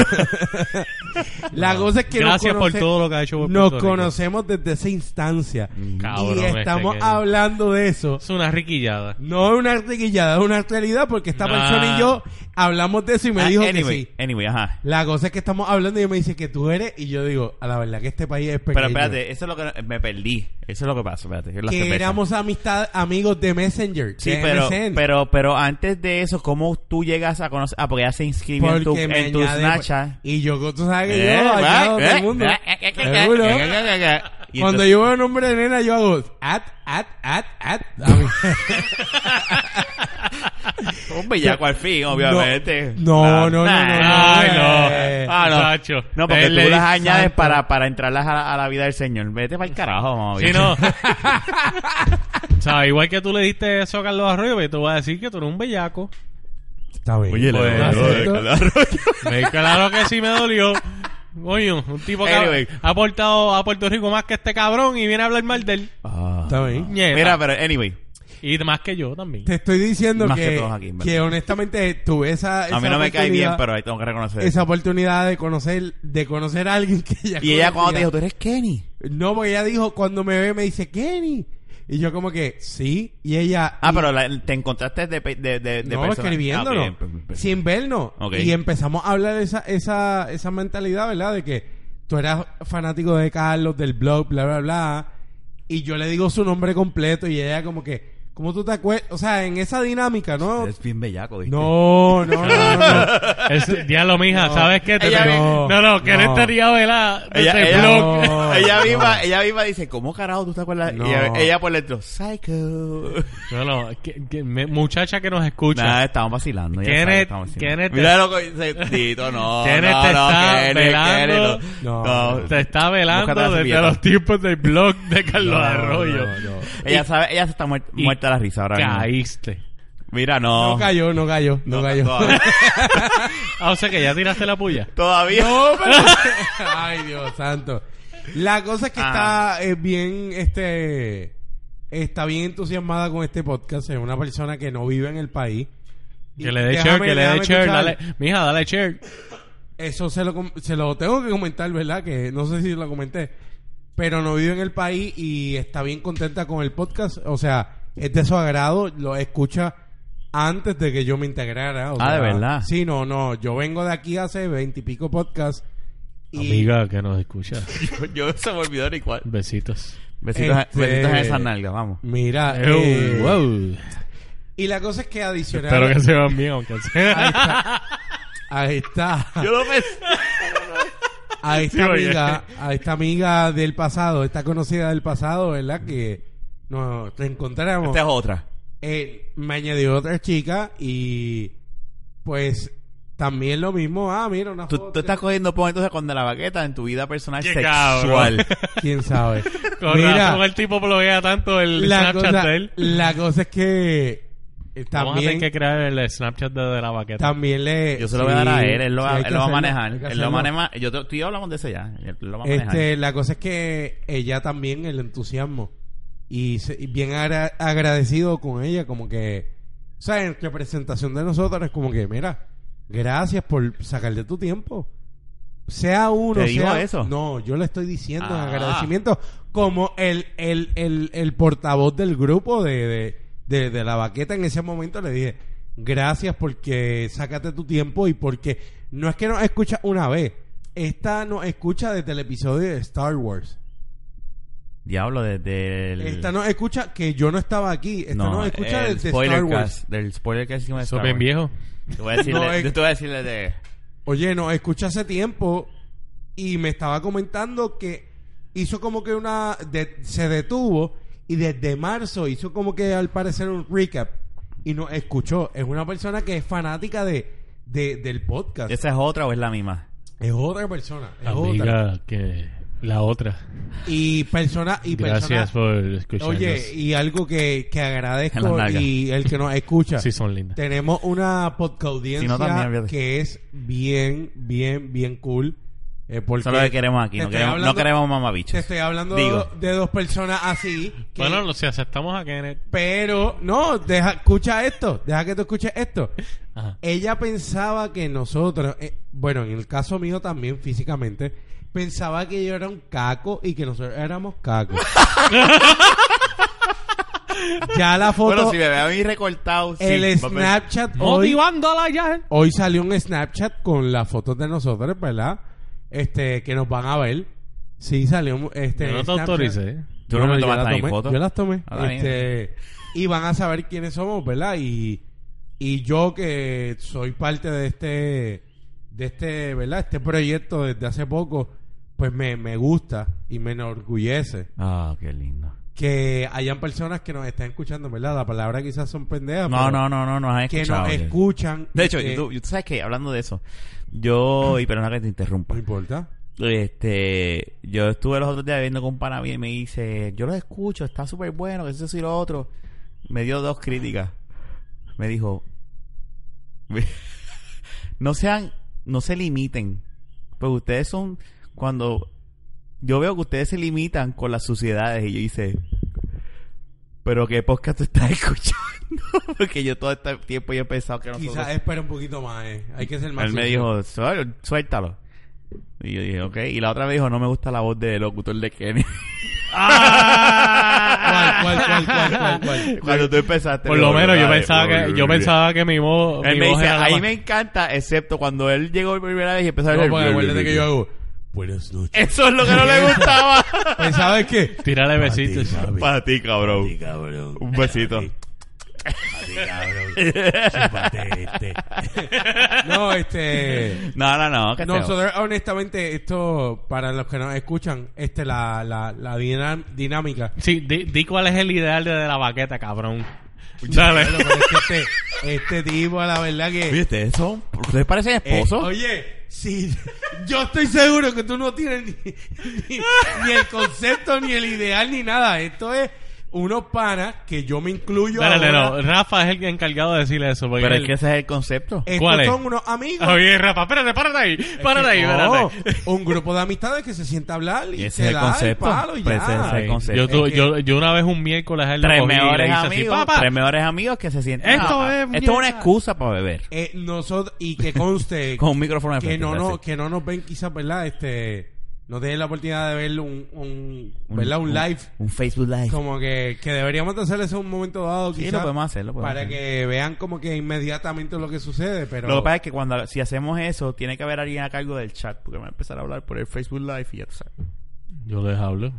[SPEAKER 2] la cosa es que nos
[SPEAKER 3] Gracias por
[SPEAKER 2] conoce-
[SPEAKER 3] todo lo que ha hecho por
[SPEAKER 2] Nos
[SPEAKER 3] Puerto Rico.
[SPEAKER 2] conocemos desde esa instancia.
[SPEAKER 3] Cabrón,
[SPEAKER 2] y
[SPEAKER 3] este
[SPEAKER 2] estamos
[SPEAKER 3] que-
[SPEAKER 2] hablando de eso.
[SPEAKER 3] Es una riquillada.
[SPEAKER 2] No es una artiguillada, es una realidad porque esta
[SPEAKER 3] Nah.
[SPEAKER 2] persona y yo hablamos de eso y me dijo
[SPEAKER 1] Ah, anyway,
[SPEAKER 2] que sí.
[SPEAKER 1] anyway, ajá.
[SPEAKER 2] La cosa es que estamos hablando y me dice que tú eres y yo digo, a la verdad que este país es pequeño.
[SPEAKER 1] Pero espérate, eso es lo que me perdí. Eso es lo que pasa, espérate. es la
[SPEAKER 2] que
[SPEAKER 1] cerveza.
[SPEAKER 2] éramos amistad, amigos de Messenger.
[SPEAKER 1] Sí,
[SPEAKER 2] de
[SPEAKER 1] pero,
[SPEAKER 2] MSN.
[SPEAKER 1] pero, pero antes de eso, ¿cómo tú llegas a conocer? Ah, porque ya se inscribió en tu,
[SPEAKER 2] porque me
[SPEAKER 1] en tu
[SPEAKER 2] añade- pues,
[SPEAKER 1] Snapchat.
[SPEAKER 2] Y yo, tú sabes que
[SPEAKER 1] Eh,
[SPEAKER 2] yo añado a
[SPEAKER 1] eh,
[SPEAKER 2] todo el mundo.
[SPEAKER 1] eh, eh, eh, eh,
[SPEAKER 2] Seguro.
[SPEAKER 1] eh, eh, eh, eh. Y
[SPEAKER 2] Cuando
[SPEAKER 1] entonces-
[SPEAKER 2] yo veo el nombre de nena, yo hago at, at, at, at. A mí-
[SPEAKER 1] Un bellaco al fin, obviamente.
[SPEAKER 2] No,
[SPEAKER 1] Ah,
[SPEAKER 2] no, no,
[SPEAKER 1] nah.
[SPEAKER 2] no, no,
[SPEAKER 3] Ay,
[SPEAKER 2] eh,
[SPEAKER 3] no.
[SPEAKER 1] Ah, no.
[SPEAKER 3] Muchacho.
[SPEAKER 1] No, porque
[SPEAKER 3] Él
[SPEAKER 1] tú
[SPEAKER 3] le-
[SPEAKER 1] las añades
[SPEAKER 2] Exacto.
[SPEAKER 1] para, para entrarlas a la, a la vida del Señor. Vete para el carajo, mamá.
[SPEAKER 3] Sí, no. o sea, igual que tú le diste eso a Carlos Arroyo, pues, te voy a decir que tú eres un bellaco.
[SPEAKER 2] Está bien.
[SPEAKER 3] le-
[SPEAKER 2] Pues,
[SPEAKER 3] le-
[SPEAKER 2] ¿no es cierto?
[SPEAKER 3] Me- claro que sí me dolió. Coño, un tipo que ha-
[SPEAKER 1] Anyway.
[SPEAKER 3] ha aportado a Puerto Rico más que este cabrón y viene a hablar mal de él.
[SPEAKER 2] Está bien.
[SPEAKER 3] Ñeta.
[SPEAKER 1] Ah. Mira, pero anyway.
[SPEAKER 3] Y más que yo también.
[SPEAKER 2] Te estoy diciendo
[SPEAKER 1] Más
[SPEAKER 2] que,
[SPEAKER 1] que todos aquí, en verdad.
[SPEAKER 2] que honestamente tuve esa,
[SPEAKER 1] A mí
[SPEAKER 2] esa
[SPEAKER 1] no me cae bien,
[SPEAKER 2] oportunidad-
[SPEAKER 1] pero ahí tengo que reconocer.
[SPEAKER 2] esa oportunidad de conocer de conocer a alguien que ella
[SPEAKER 1] Y ella cuando te dijo,
[SPEAKER 2] conocía.
[SPEAKER 1] tú eres Kenny.
[SPEAKER 2] no porque ella dijo cuando me ve me dice Kenny y yo como que sí y ella
[SPEAKER 1] Ah,
[SPEAKER 2] y-
[SPEAKER 1] pero la- te encontraste de, pe- de, de, de
[SPEAKER 2] no
[SPEAKER 1] persona.
[SPEAKER 2] escribiéndonos
[SPEAKER 1] Ah, ok, pe- pe-
[SPEAKER 2] pues, sin vernos
[SPEAKER 1] Ok.
[SPEAKER 2] y empezamos a hablar esa esa esa mentalidad verdad de que tú eras fanático de Carlos del blog bla bla bla y yo le digo su nombre completo y ella como que ¿Cómo tú te acuerdas? O sea, en esa dinámica, ¿no?
[SPEAKER 1] Es bien bellaco, ¿viste?
[SPEAKER 2] No, no, no, no, no.
[SPEAKER 3] Es- ya lo mija, ¿sabes qué? Te-
[SPEAKER 1] Ella vi-
[SPEAKER 3] no, no, que él
[SPEAKER 2] no.
[SPEAKER 3] estaría de la de
[SPEAKER 1] Ella,
[SPEAKER 3] ese
[SPEAKER 1] ella,
[SPEAKER 3] blog.
[SPEAKER 2] No,
[SPEAKER 1] ella
[SPEAKER 2] no.
[SPEAKER 1] viva, ella viva dice, ¿cómo carajo tú te acuerdas?
[SPEAKER 2] No.
[SPEAKER 1] Y ella, ella por dentro, psycho.
[SPEAKER 3] No, no, que- que me- muchacha que nos escucha.
[SPEAKER 1] Nada, estamos vacilando. ya
[SPEAKER 3] Kenneth-
[SPEAKER 1] sabes, estamos vacilando.
[SPEAKER 2] este?
[SPEAKER 3] Kenneth-
[SPEAKER 1] Mira lo que dice Tito, no.
[SPEAKER 3] Kenneth
[SPEAKER 1] no,
[SPEAKER 3] te
[SPEAKER 1] no,
[SPEAKER 3] está
[SPEAKER 1] Kenneth,
[SPEAKER 3] velando.
[SPEAKER 1] Kenneth,
[SPEAKER 2] No. este,
[SPEAKER 1] no. No.
[SPEAKER 3] Te está velando
[SPEAKER 1] Búscate la
[SPEAKER 3] desde
[SPEAKER 1] servilleta.
[SPEAKER 3] los tiempos del blog de Carlos Arroyo.
[SPEAKER 2] no, no.
[SPEAKER 1] Ella sabe, ella se está muer-
[SPEAKER 3] Y-
[SPEAKER 1] muerta de la risa ahora mismo.
[SPEAKER 3] Caíste.
[SPEAKER 1] Mira, no.
[SPEAKER 2] No cayó, no cayó, no, cayó.
[SPEAKER 1] Todavía.
[SPEAKER 3] Ah, o sea que ya tiraste la puya.
[SPEAKER 1] todavía.
[SPEAKER 2] Ay, Dios santo. La cosa es que
[SPEAKER 1] Ah.
[SPEAKER 2] está eh, bien, este, está bien entusiasmada con este podcast. Es una persona que no vive en el país.
[SPEAKER 3] Que
[SPEAKER 2] Y
[SPEAKER 3] le dé
[SPEAKER 2] déjame-
[SPEAKER 3] share, que le dé
[SPEAKER 2] déjame
[SPEAKER 3] share.
[SPEAKER 2] escuchar.
[SPEAKER 3] Dale, mija, dale share.
[SPEAKER 2] Eso se lo, com- se lo tengo que comentar, ¿verdad? Que no sé si lo comenté. Pero no vive en el país y está bien contenta con el podcast. O sea, es de su agrado, lo escucha antes de que yo me integrara. o
[SPEAKER 1] Ah,
[SPEAKER 2] sea,
[SPEAKER 1] ¿de verdad?
[SPEAKER 2] Sí, no, no. Yo vengo de aquí hace veintipico podcasts. Y
[SPEAKER 3] Amiga que nos escucha.
[SPEAKER 1] Yo se me olvidó ni cuál.
[SPEAKER 3] Besitos.
[SPEAKER 1] Besitos, a-
[SPEAKER 2] Este-
[SPEAKER 1] besitos en esas nalgas, vamos.
[SPEAKER 2] Mira, eh,
[SPEAKER 3] Ew, wow.
[SPEAKER 2] y la cosa es que adicional
[SPEAKER 3] Espero que se vean bien, aunque sea.
[SPEAKER 2] ahí está, ahí está,
[SPEAKER 1] Yo lo pensé.
[SPEAKER 2] a esta
[SPEAKER 3] Sí, oye.
[SPEAKER 2] amiga, a esta amiga del pasado, esta conocida del pasado, ¿verdad? Que nos reencontramos.
[SPEAKER 3] Este-
[SPEAKER 1] Esta es otra.
[SPEAKER 2] Eh, me añadió otra chica y pues también lo mismo. Ah, mira, una
[SPEAKER 1] Tú,
[SPEAKER 2] foto.
[SPEAKER 1] tú estás cogiendo pon entonces con de la baqueta en tu vida personal
[SPEAKER 3] Qué
[SPEAKER 1] sexual.
[SPEAKER 2] ¿Quién sabe?
[SPEAKER 3] Con razón el tipo bloquea tanto el
[SPEAKER 2] la
[SPEAKER 3] Snapchat
[SPEAKER 2] cosa,
[SPEAKER 3] de él.
[SPEAKER 2] la cosa es que eh,
[SPEAKER 3] Vamos a
[SPEAKER 2] también,
[SPEAKER 3] tener que crear el Snapchat de, de la baqueta.
[SPEAKER 2] también le...
[SPEAKER 1] Yo se lo voy a dar a
[SPEAKER 2] sí,
[SPEAKER 1] él, él lo,
[SPEAKER 2] sí,
[SPEAKER 1] va,
[SPEAKER 2] hay que
[SPEAKER 1] él lo va a
[SPEAKER 2] hacerlo,
[SPEAKER 1] manejar.
[SPEAKER 2] hay que
[SPEAKER 1] Él lo
[SPEAKER 2] hacerlo.
[SPEAKER 1] maneja. Yo te- tú y yo hablamos de eso ya. Él lo va a manejar.
[SPEAKER 2] Este, la cosa es que ella también, el entusiasmo. Y, se- y bien agra- agradecido con ella, como que, o sea, en representación de nosotros, es como que, mira, gracias por sacarle tu tiempo. Sea uno,
[SPEAKER 1] ¿Te dijo
[SPEAKER 2] sea.
[SPEAKER 1] eso?
[SPEAKER 2] No, yo le estoy diciendo en
[SPEAKER 1] Ah.
[SPEAKER 2] agradecimiento como el, el, el, el portavoz del grupo de, de, de- de la baqueta en ese momento le dije, gracias porque sácate tu tiempo y porque no es que nos escucha una vez, esta nos escucha desde el episodio de Star Wars.
[SPEAKER 1] Diablo, desde el.
[SPEAKER 2] Esta nos escucha que yo no estaba aquí, esta nos escucha
[SPEAKER 1] el
[SPEAKER 2] desde
[SPEAKER 1] spoiler
[SPEAKER 2] Star Wars.
[SPEAKER 1] cast, Del spoiler cast hicimos de
[SPEAKER 3] Eso
[SPEAKER 1] Star
[SPEAKER 3] es bien
[SPEAKER 1] Wars.
[SPEAKER 3] viejo.
[SPEAKER 1] Te voy a decirle,
[SPEAKER 2] No, es-
[SPEAKER 1] yo te voy a decirle de.
[SPEAKER 2] Oye, nos escucha hace tiempo y me estaba comentando que hizo como que una de- se detuvo y desde marzo hizo como que al parecer un recap y nos escuchó. Es una persona que es fanática de, de- del podcast. Es,
[SPEAKER 1] ¿Esa es otra o es la misma?
[SPEAKER 2] otra persona. Es otra.
[SPEAKER 3] Amiga, que la otra.
[SPEAKER 2] Y persona y persona-
[SPEAKER 3] Gracias por escucharnos.
[SPEAKER 2] Oye, y algo que, que
[SPEAKER 1] En las
[SPEAKER 2] agradezco
[SPEAKER 1] nalgas.
[SPEAKER 2] y el que nos escucha.
[SPEAKER 3] sí son lindas.
[SPEAKER 2] Tenemos una podcast audiencia
[SPEAKER 1] Si no, también, fíjate.
[SPEAKER 2] que es bien, bien, bien cool. eh, porque
[SPEAKER 1] Eso es lo que queremos aquí. No
[SPEAKER 2] te estoy
[SPEAKER 1] queremos, no
[SPEAKER 2] hablando- este
[SPEAKER 1] queremos
[SPEAKER 2] Te
[SPEAKER 1] mamabichos.
[SPEAKER 2] estoy hablando
[SPEAKER 1] Digo.
[SPEAKER 2] de dos personas así. que-
[SPEAKER 3] Bueno, lo- si aceptamos a Kenneth.
[SPEAKER 2] pero, no, deja, escucha esto. Deja que tú escuches esto.
[SPEAKER 3] Ajá.
[SPEAKER 2] Ella pensaba que nosotros, eh, bueno, en el caso mío también físicamente, pensaba que yo era un caco y que nosotros éramos cacos. ya la foto,
[SPEAKER 1] Bueno, si me ve a mí recortado, sí,
[SPEAKER 2] el
[SPEAKER 1] va a ver.
[SPEAKER 2] Snapchat hoy,
[SPEAKER 3] Motivándola ya.
[SPEAKER 2] hoy salió un Snapchat con las fotos de nosotros, ¿verdad? Este, que nos van a ver. Sí, salió un- este
[SPEAKER 3] Yo no te
[SPEAKER 2] Snapchat.
[SPEAKER 3] autoricé.
[SPEAKER 1] Tú no me
[SPEAKER 2] yo la
[SPEAKER 1] tomaste mi
[SPEAKER 2] tomé,
[SPEAKER 1] foto.
[SPEAKER 2] Yo las tomé.
[SPEAKER 1] Ah, bien.
[SPEAKER 2] Este, y van a saber quiénes somos, ¿verdad? Y, y yo que soy parte de este, de este, ¿verdad? Este proyecto desde hace poco, pues me, me gusta y me enorgullece
[SPEAKER 1] Ah, qué lindo.
[SPEAKER 2] que hayan personas que nos estén escuchando, ¿verdad? La palabra quizás son pendejas.
[SPEAKER 1] No,
[SPEAKER 2] pero
[SPEAKER 1] no, no, no, nos han
[SPEAKER 2] Que
[SPEAKER 1] escuchado.
[SPEAKER 2] nos
[SPEAKER 1] oye.
[SPEAKER 2] escuchan.
[SPEAKER 1] De
[SPEAKER 2] y
[SPEAKER 1] hecho,
[SPEAKER 2] que-
[SPEAKER 1] tú, tú sabes que hablando de eso, yo, y perdona que te interrumpa,
[SPEAKER 2] No importa.
[SPEAKER 1] este, yo estuve los otros días viendo con un pana mío y me dice, yo los escucho, está súper bueno, que eso y lo otro. Me dio dos críticas. Me dijo, no sean, no se limiten, pues ustedes son, cuando yo veo que ustedes se limitan con las suciedades y yo hice, pero qué podcast tú estás escuchando, porque yo todo este tiempo yo he pensado que nosotros
[SPEAKER 2] Quizás espera un poquito más, eh. Hay que ser más.
[SPEAKER 1] él me
[SPEAKER 2] sincero.
[SPEAKER 1] dijo, "Suel- suéltalo. Y yo dije, ok. Y la otra me dijo, no me gusta la voz del locutor de Kenny.
[SPEAKER 2] ¿Cuál, cuál, cuál, cuál, cuál, cuál?
[SPEAKER 1] Cuando tú empezaste.
[SPEAKER 3] Por lo
[SPEAKER 1] digo,
[SPEAKER 3] menos yo
[SPEAKER 1] "Dale,
[SPEAKER 3] pensaba que
[SPEAKER 1] dale".
[SPEAKER 3] yo pensaba que mi voz
[SPEAKER 1] Él
[SPEAKER 3] mi
[SPEAKER 1] me
[SPEAKER 3] voz
[SPEAKER 1] dice,
[SPEAKER 3] era la
[SPEAKER 1] ahí
[SPEAKER 3] más-
[SPEAKER 1] me encanta, excepto cuando él llegó por primera vez y empezó a
[SPEAKER 2] No,
[SPEAKER 1] hablar.
[SPEAKER 3] pues,
[SPEAKER 2] porque acuérdate que yo hago. Buenas noches.
[SPEAKER 1] Eso es lo que no le gustaba.
[SPEAKER 2] Pues, ¿sabes qué?
[SPEAKER 3] Tírale besitos.
[SPEAKER 1] Para ti, cabrón. Un besito.
[SPEAKER 2] No, este.
[SPEAKER 1] No, no, no. que te-
[SPEAKER 2] Nosotros, honestamente, esto, para los que nos escuchan, este, la, la, la dinam- dinámica.
[SPEAKER 3] Sí, di, di cuál es el ideal de, de la baqueta, cabrón. Dale.
[SPEAKER 2] Bueno, pero es que este, este tipo, la verdad
[SPEAKER 1] Oye,
[SPEAKER 2] que.
[SPEAKER 1] ustedes son. ¿Ustedes parecen
[SPEAKER 2] eh,
[SPEAKER 1] esposos?
[SPEAKER 2] oye, sí, yo estoy seguro que tú no tienes ni, ni- ni el concepto, ni el ideal, ni nada. Esto es unos panas que yo me incluyo.
[SPEAKER 3] Dale, dale,
[SPEAKER 2] ahora.
[SPEAKER 3] no. Rafa es el encargado de decirle eso. Porque
[SPEAKER 1] Pero es
[SPEAKER 3] él-
[SPEAKER 1] que ese es el concepto.
[SPEAKER 2] Estos
[SPEAKER 3] ¿Cuál es?
[SPEAKER 2] son unos amigos
[SPEAKER 3] Oye, Rafa, espérate, párate ahí. Párate ahí,
[SPEAKER 2] No,
[SPEAKER 3] espérate.
[SPEAKER 2] un grupo de amistades que se sienta a hablar y
[SPEAKER 1] Ese
[SPEAKER 2] se
[SPEAKER 1] es el
[SPEAKER 2] da el
[SPEAKER 1] concepto.
[SPEAKER 2] palo y ya.
[SPEAKER 1] Pues ese es el concepto.
[SPEAKER 3] Yo, tu-
[SPEAKER 2] Es que-
[SPEAKER 3] yo, yo una vez un miércoles a él lo
[SPEAKER 1] tres
[SPEAKER 3] cogí y le
[SPEAKER 1] mejores
[SPEAKER 3] hice así,
[SPEAKER 1] amigos,
[SPEAKER 3] "Papá".
[SPEAKER 1] tres mejores amigos que se sienten.
[SPEAKER 3] Esto
[SPEAKER 1] Ah,
[SPEAKER 3] es
[SPEAKER 1] ah, esto es una
[SPEAKER 3] mierda.
[SPEAKER 1] excusa para beber.
[SPEAKER 2] Eh, nosotros y que conste
[SPEAKER 1] Con un micrófono de
[SPEAKER 2] que
[SPEAKER 1] frente,
[SPEAKER 2] no no
[SPEAKER 1] gracias.
[SPEAKER 2] que no nos ven quizás, ¿verdad? Este no tienen la oportunidad de ver un, un
[SPEAKER 1] Un-
[SPEAKER 2] ¿verdad? Un, live
[SPEAKER 1] Un Facebook Live.
[SPEAKER 2] como que, que deberíamos de hacer eso en un momento dado
[SPEAKER 1] Sí,
[SPEAKER 2] quizás
[SPEAKER 1] lo podemos hacer, lo podemos
[SPEAKER 2] para
[SPEAKER 1] hacer.
[SPEAKER 2] que vean como que inmediatamente lo que sucede, pero
[SPEAKER 1] Lo que pasa es que cuando si hacemos eso, tiene que haber alguien a cargo del chat, porque va a empezar a hablar por el Facebook Live y ya tú sabes.
[SPEAKER 3] Yo les hablo.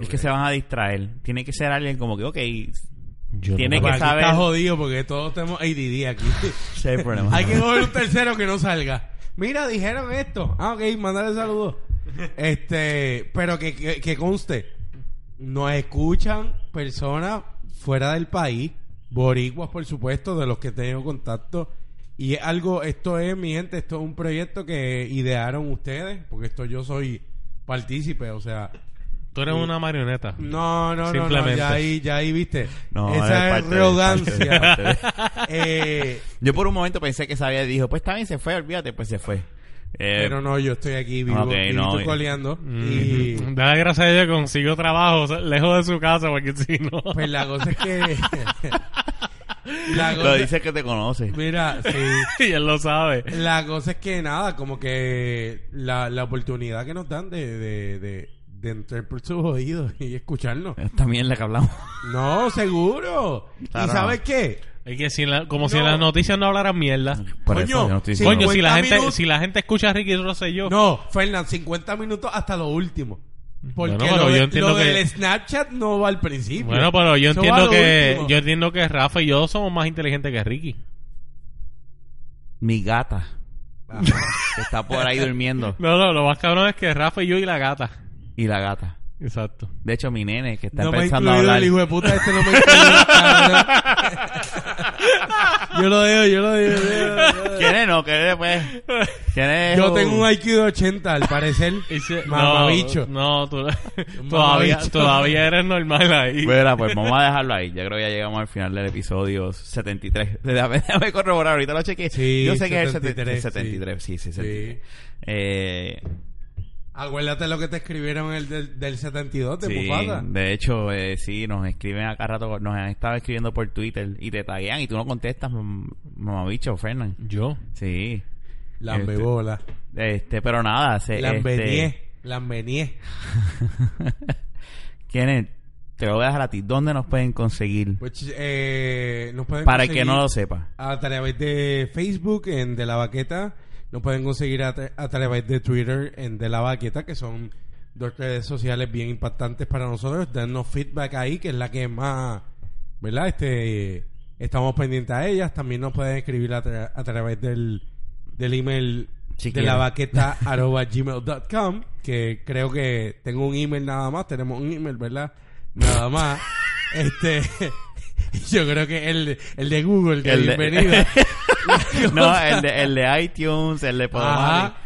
[SPEAKER 1] Es que se van a distraer. Tiene que ser alguien como que, ok,
[SPEAKER 3] Yo
[SPEAKER 1] Tiene
[SPEAKER 2] Bueno,
[SPEAKER 1] que
[SPEAKER 2] aquí
[SPEAKER 1] saber-
[SPEAKER 2] está jodido porque todos tenemos ADD aquí.
[SPEAKER 1] ese es el problema.
[SPEAKER 2] Hay que mover un tercero que no salga. Mira, dijeron esto. Ah, ok, mandale saludos. Este, pero que, que, que conste, nos escuchan personas fuera del país, boricuas por supuesto, de los que tengo contacto. Y es algo, esto es, mi gente, esto es un proyecto que idearon ustedes, porque esto yo soy partícipe, o sea,
[SPEAKER 3] Tú eres una marioneta.
[SPEAKER 2] no, no, no, no,
[SPEAKER 3] Simplemente.
[SPEAKER 2] ya ahí, ya ahí, viste.
[SPEAKER 1] No, es
[SPEAKER 2] Esa
[SPEAKER 1] parte
[SPEAKER 2] es
[SPEAKER 1] de- es
[SPEAKER 2] arrogancia.
[SPEAKER 1] parte de-
[SPEAKER 2] Eh,
[SPEAKER 1] Yo por un momento pensé que sabía y dijo, pues también se fue, olvídate, pues se fue. Eh,
[SPEAKER 2] Pero no, yo estoy aquí vivo
[SPEAKER 1] ok,
[SPEAKER 2] y
[SPEAKER 1] no,
[SPEAKER 2] estoy
[SPEAKER 1] y-
[SPEAKER 2] coleando.
[SPEAKER 3] Mm.
[SPEAKER 2] Y
[SPEAKER 3] Ujú. Dale gracias a Dios que consiguió trabajo o sea, lejos de su casa, porque si no.
[SPEAKER 2] pues la cosa es que. la
[SPEAKER 1] Lo
[SPEAKER 2] cosa,
[SPEAKER 1] dice que te conoce.
[SPEAKER 2] Mira, sí.
[SPEAKER 3] y él lo sabe.
[SPEAKER 2] La cosa es que nada, como que la, la oportunidad que nos dan de, de, de, de entrar por sus oídos y escucharnos.
[SPEAKER 1] También la que hablamos.
[SPEAKER 2] No, seguro.
[SPEAKER 1] Claro.
[SPEAKER 2] ¿Y sabes qué?
[SPEAKER 3] Es que si en la- como si en
[SPEAKER 2] No.
[SPEAKER 3] las noticias no hablaran mierda.
[SPEAKER 1] Por
[SPEAKER 2] Coño,
[SPEAKER 1] eso yo no estoy
[SPEAKER 2] sí,
[SPEAKER 1] diciendo-
[SPEAKER 3] Coño, si la
[SPEAKER 2] 50
[SPEAKER 3] gente
[SPEAKER 2] minutos.
[SPEAKER 3] si la gente escucha a Ricky Rosselló.
[SPEAKER 2] No, Fernán, 50 minutos hasta lo último. Porque
[SPEAKER 3] Bueno, pero
[SPEAKER 2] lo,
[SPEAKER 3] yo
[SPEAKER 2] de-
[SPEAKER 3] entiendo
[SPEAKER 2] lo
[SPEAKER 3] que-
[SPEAKER 2] del Snapchat no va al principio.
[SPEAKER 3] Bueno, pero yo
[SPEAKER 2] Eso va a
[SPEAKER 3] entiendo
[SPEAKER 2] lo
[SPEAKER 3] que
[SPEAKER 2] último.
[SPEAKER 3] yo entiendo que Rafa y yo somos más inteligentes que Ricky.
[SPEAKER 1] Mi gata.
[SPEAKER 2] Ah.
[SPEAKER 1] que está por ahí durmiendo.
[SPEAKER 3] No, no, lo más cabrón es que Rafa y yo y la gata.
[SPEAKER 1] Y la gata.
[SPEAKER 3] Exacto.
[SPEAKER 1] De hecho, mi nene, que está
[SPEAKER 2] No me ha
[SPEAKER 1] empezando a
[SPEAKER 2] incluido
[SPEAKER 1] hablar.
[SPEAKER 2] el hijo de puta este, no me ha incluido, cabrón. Yo lo dejo, yo lo dejo. yo lo dejo.
[SPEAKER 1] ¿Quién es? No, ¿quién es? Pues? ¿Quién es?
[SPEAKER 2] Yo tengo un IQ de 80, al parecer. Mamabicho.
[SPEAKER 3] No, tú- todavía,
[SPEAKER 2] mamabicho.
[SPEAKER 3] todavía eres normal ahí.
[SPEAKER 1] Mira, pues vamos a dejarlo ahí. Yo creo que ya llegamos al final del episodio 73. Déjame, déjame corroborar, ahorita lo chequeé.
[SPEAKER 2] Sí,
[SPEAKER 1] Yo sé que es el
[SPEAKER 2] 73,
[SPEAKER 1] 73. 73, sí, sí, 73.
[SPEAKER 2] Sí.
[SPEAKER 1] Eh,
[SPEAKER 2] Acuérdate lo que te escribieron el del, del 72 de
[SPEAKER 1] sí,
[SPEAKER 2] Pufada.
[SPEAKER 1] de hecho, eh, sí, nos escriben acá rato, nos han estado escribiendo por Twitter y te taguean y tú no contestas, mam- mamabicho, Fernan.
[SPEAKER 3] Yo.
[SPEAKER 1] Sí.
[SPEAKER 2] Lambebola.
[SPEAKER 1] Este, pero nada, se,
[SPEAKER 2] Lambenié.
[SPEAKER 1] este,
[SPEAKER 2] Lambenié.
[SPEAKER 1] Kenneth, te lo voy a dejar a ti. ¿Dónde nos pueden conseguir?
[SPEAKER 2] Pues, eh, nos pueden
[SPEAKER 1] Para el que
[SPEAKER 2] conseguir
[SPEAKER 1] no lo sepa.
[SPEAKER 2] A través de Facebook en De La Baqueta. Nos pueden conseguir a, tra- a través de Twitter en De La Baqueta, que son dos redes sociales bien impactantes para nosotros. Darnos feedback ahí, que es la que más, ¿verdad? Este, estamos pendientes a ellas. También nos pueden escribir a, tra- a través del, del email
[SPEAKER 1] Si
[SPEAKER 2] de
[SPEAKER 1] quieren.
[SPEAKER 2] la baqueta arroba gmail.com, que creo que tengo un email nada más, tenemos un email, ¿verdad? Nada más. este yo creo que el, el de Google, que
[SPEAKER 1] El de-
[SPEAKER 2] bienvenida.
[SPEAKER 1] No, eh, el de, el de iTunes, el de Podmanic,
[SPEAKER 2] Ajá.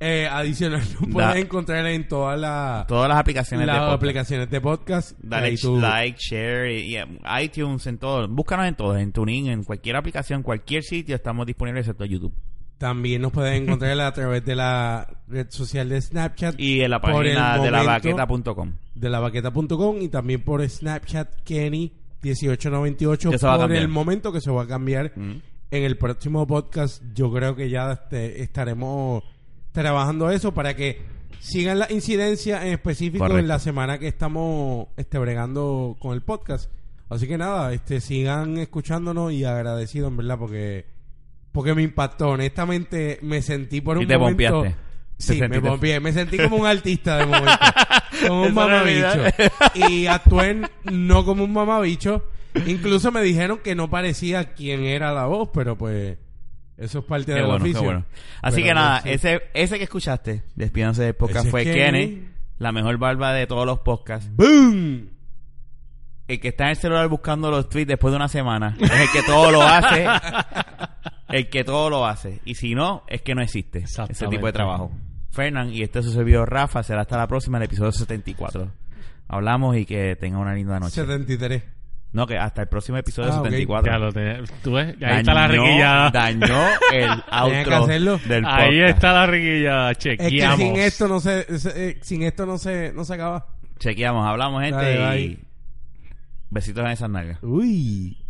[SPEAKER 2] Eh, adicional, lo
[SPEAKER 1] Da-
[SPEAKER 2] puedes encontrar en todas las
[SPEAKER 1] todas las aplicaciones
[SPEAKER 2] las
[SPEAKER 1] de podcast.
[SPEAKER 2] aplicaciones de podcast.
[SPEAKER 1] Dale
[SPEAKER 2] Ahí tú-
[SPEAKER 1] like, share, y, y iTunes, en todo. Búscanos en todo, en TuneIn, en cualquier aplicación, cualquier sitio estamos disponibles excepto YouTube.
[SPEAKER 2] También nos puedes encontrar a través de la red social de Snapchat.
[SPEAKER 1] Y en la
[SPEAKER 2] Por el
[SPEAKER 1] página de la
[SPEAKER 2] momento-
[SPEAKER 1] baqueta.com.
[SPEAKER 2] de lavaqueta.com y también por Snapchat Kenny 1898
[SPEAKER 1] Que se va a
[SPEAKER 2] por
[SPEAKER 1] cambiar.
[SPEAKER 2] el momento que se va a cambiar
[SPEAKER 1] Mm.
[SPEAKER 2] en el próximo podcast yo creo que ya este, estaremos trabajando eso para que sigan las incidencias en específico
[SPEAKER 1] Correcto.
[SPEAKER 2] en la semana que estamos este, bregando con el podcast así que nada este sigan escuchándonos y agradecidos en verdad porque porque me impactó honestamente me sentí por
[SPEAKER 1] Y
[SPEAKER 2] un
[SPEAKER 1] te
[SPEAKER 2] momento
[SPEAKER 1] pompeaste. Te
[SPEAKER 2] Sí, me
[SPEAKER 1] sentiste-
[SPEAKER 2] pompié. Me sentí como un artista de momento. Como un
[SPEAKER 1] Esa
[SPEAKER 2] mamabicho.
[SPEAKER 1] realidad.
[SPEAKER 2] Y actué en- no como un mamabicho. Incluso me dijeron que no parecía quién era la voz, pero pues eso es parte
[SPEAKER 1] Qué
[SPEAKER 2] del
[SPEAKER 1] bueno, qué
[SPEAKER 2] oficio.
[SPEAKER 1] bueno. Así
[SPEAKER 2] Pero
[SPEAKER 1] que nada,
[SPEAKER 2] sí.
[SPEAKER 1] ese, ese que escuchaste, despídanse del podcast,
[SPEAKER 2] Ese
[SPEAKER 1] fue
[SPEAKER 2] es
[SPEAKER 1] Kenny,
[SPEAKER 2] Kenny.
[SPEAKER 1] la mejor barba de todos los podcasts.
[SPEAKER 2] ¡Boom!
[SPEAKER 1] El que está en el celular buscando los tweets después de una semana es el que todo lo hace. El que todo lo hace. Y si no, es que no existe ese tipo de
[SPEAKER 3] Exactamente.
[SPEAKER 1] trabajo. Fernán y este es su servidor Rafa. Será hasta la próxima, el episodio 74. Hablamos y que tenga una linda noche.
[SPEAKER 2] 73.
[SPEAKER 1] No, que hasta el próximo episodio
[SPEAKER 2] Ah, ok.
[SPEAKER 1] 74.
[SPEAKER 3] Ya lo tenés. Tú ves, ahí está la riquillada.
[SPEAKER 1] Dañó el
[SPEAKER 2] Tenía que hacerlo.
[SPEAKER 1] outro del podcast.
[SPEAKER 3] Ahí está la riquillada.
[SPEAKER 2] Es
[SPEAKER 3] Chequeamos.
[SPEAKER 2] que sin esto no se, se- eh, sin esto no se, no se acaba.
[SPEAKER 1] Chequeamos, hablamos gente
[SPEAKER 2] Dale,
[SPEAKER 1] y... Besitos en esas nalgas.
[SPEAKER 2] Uy.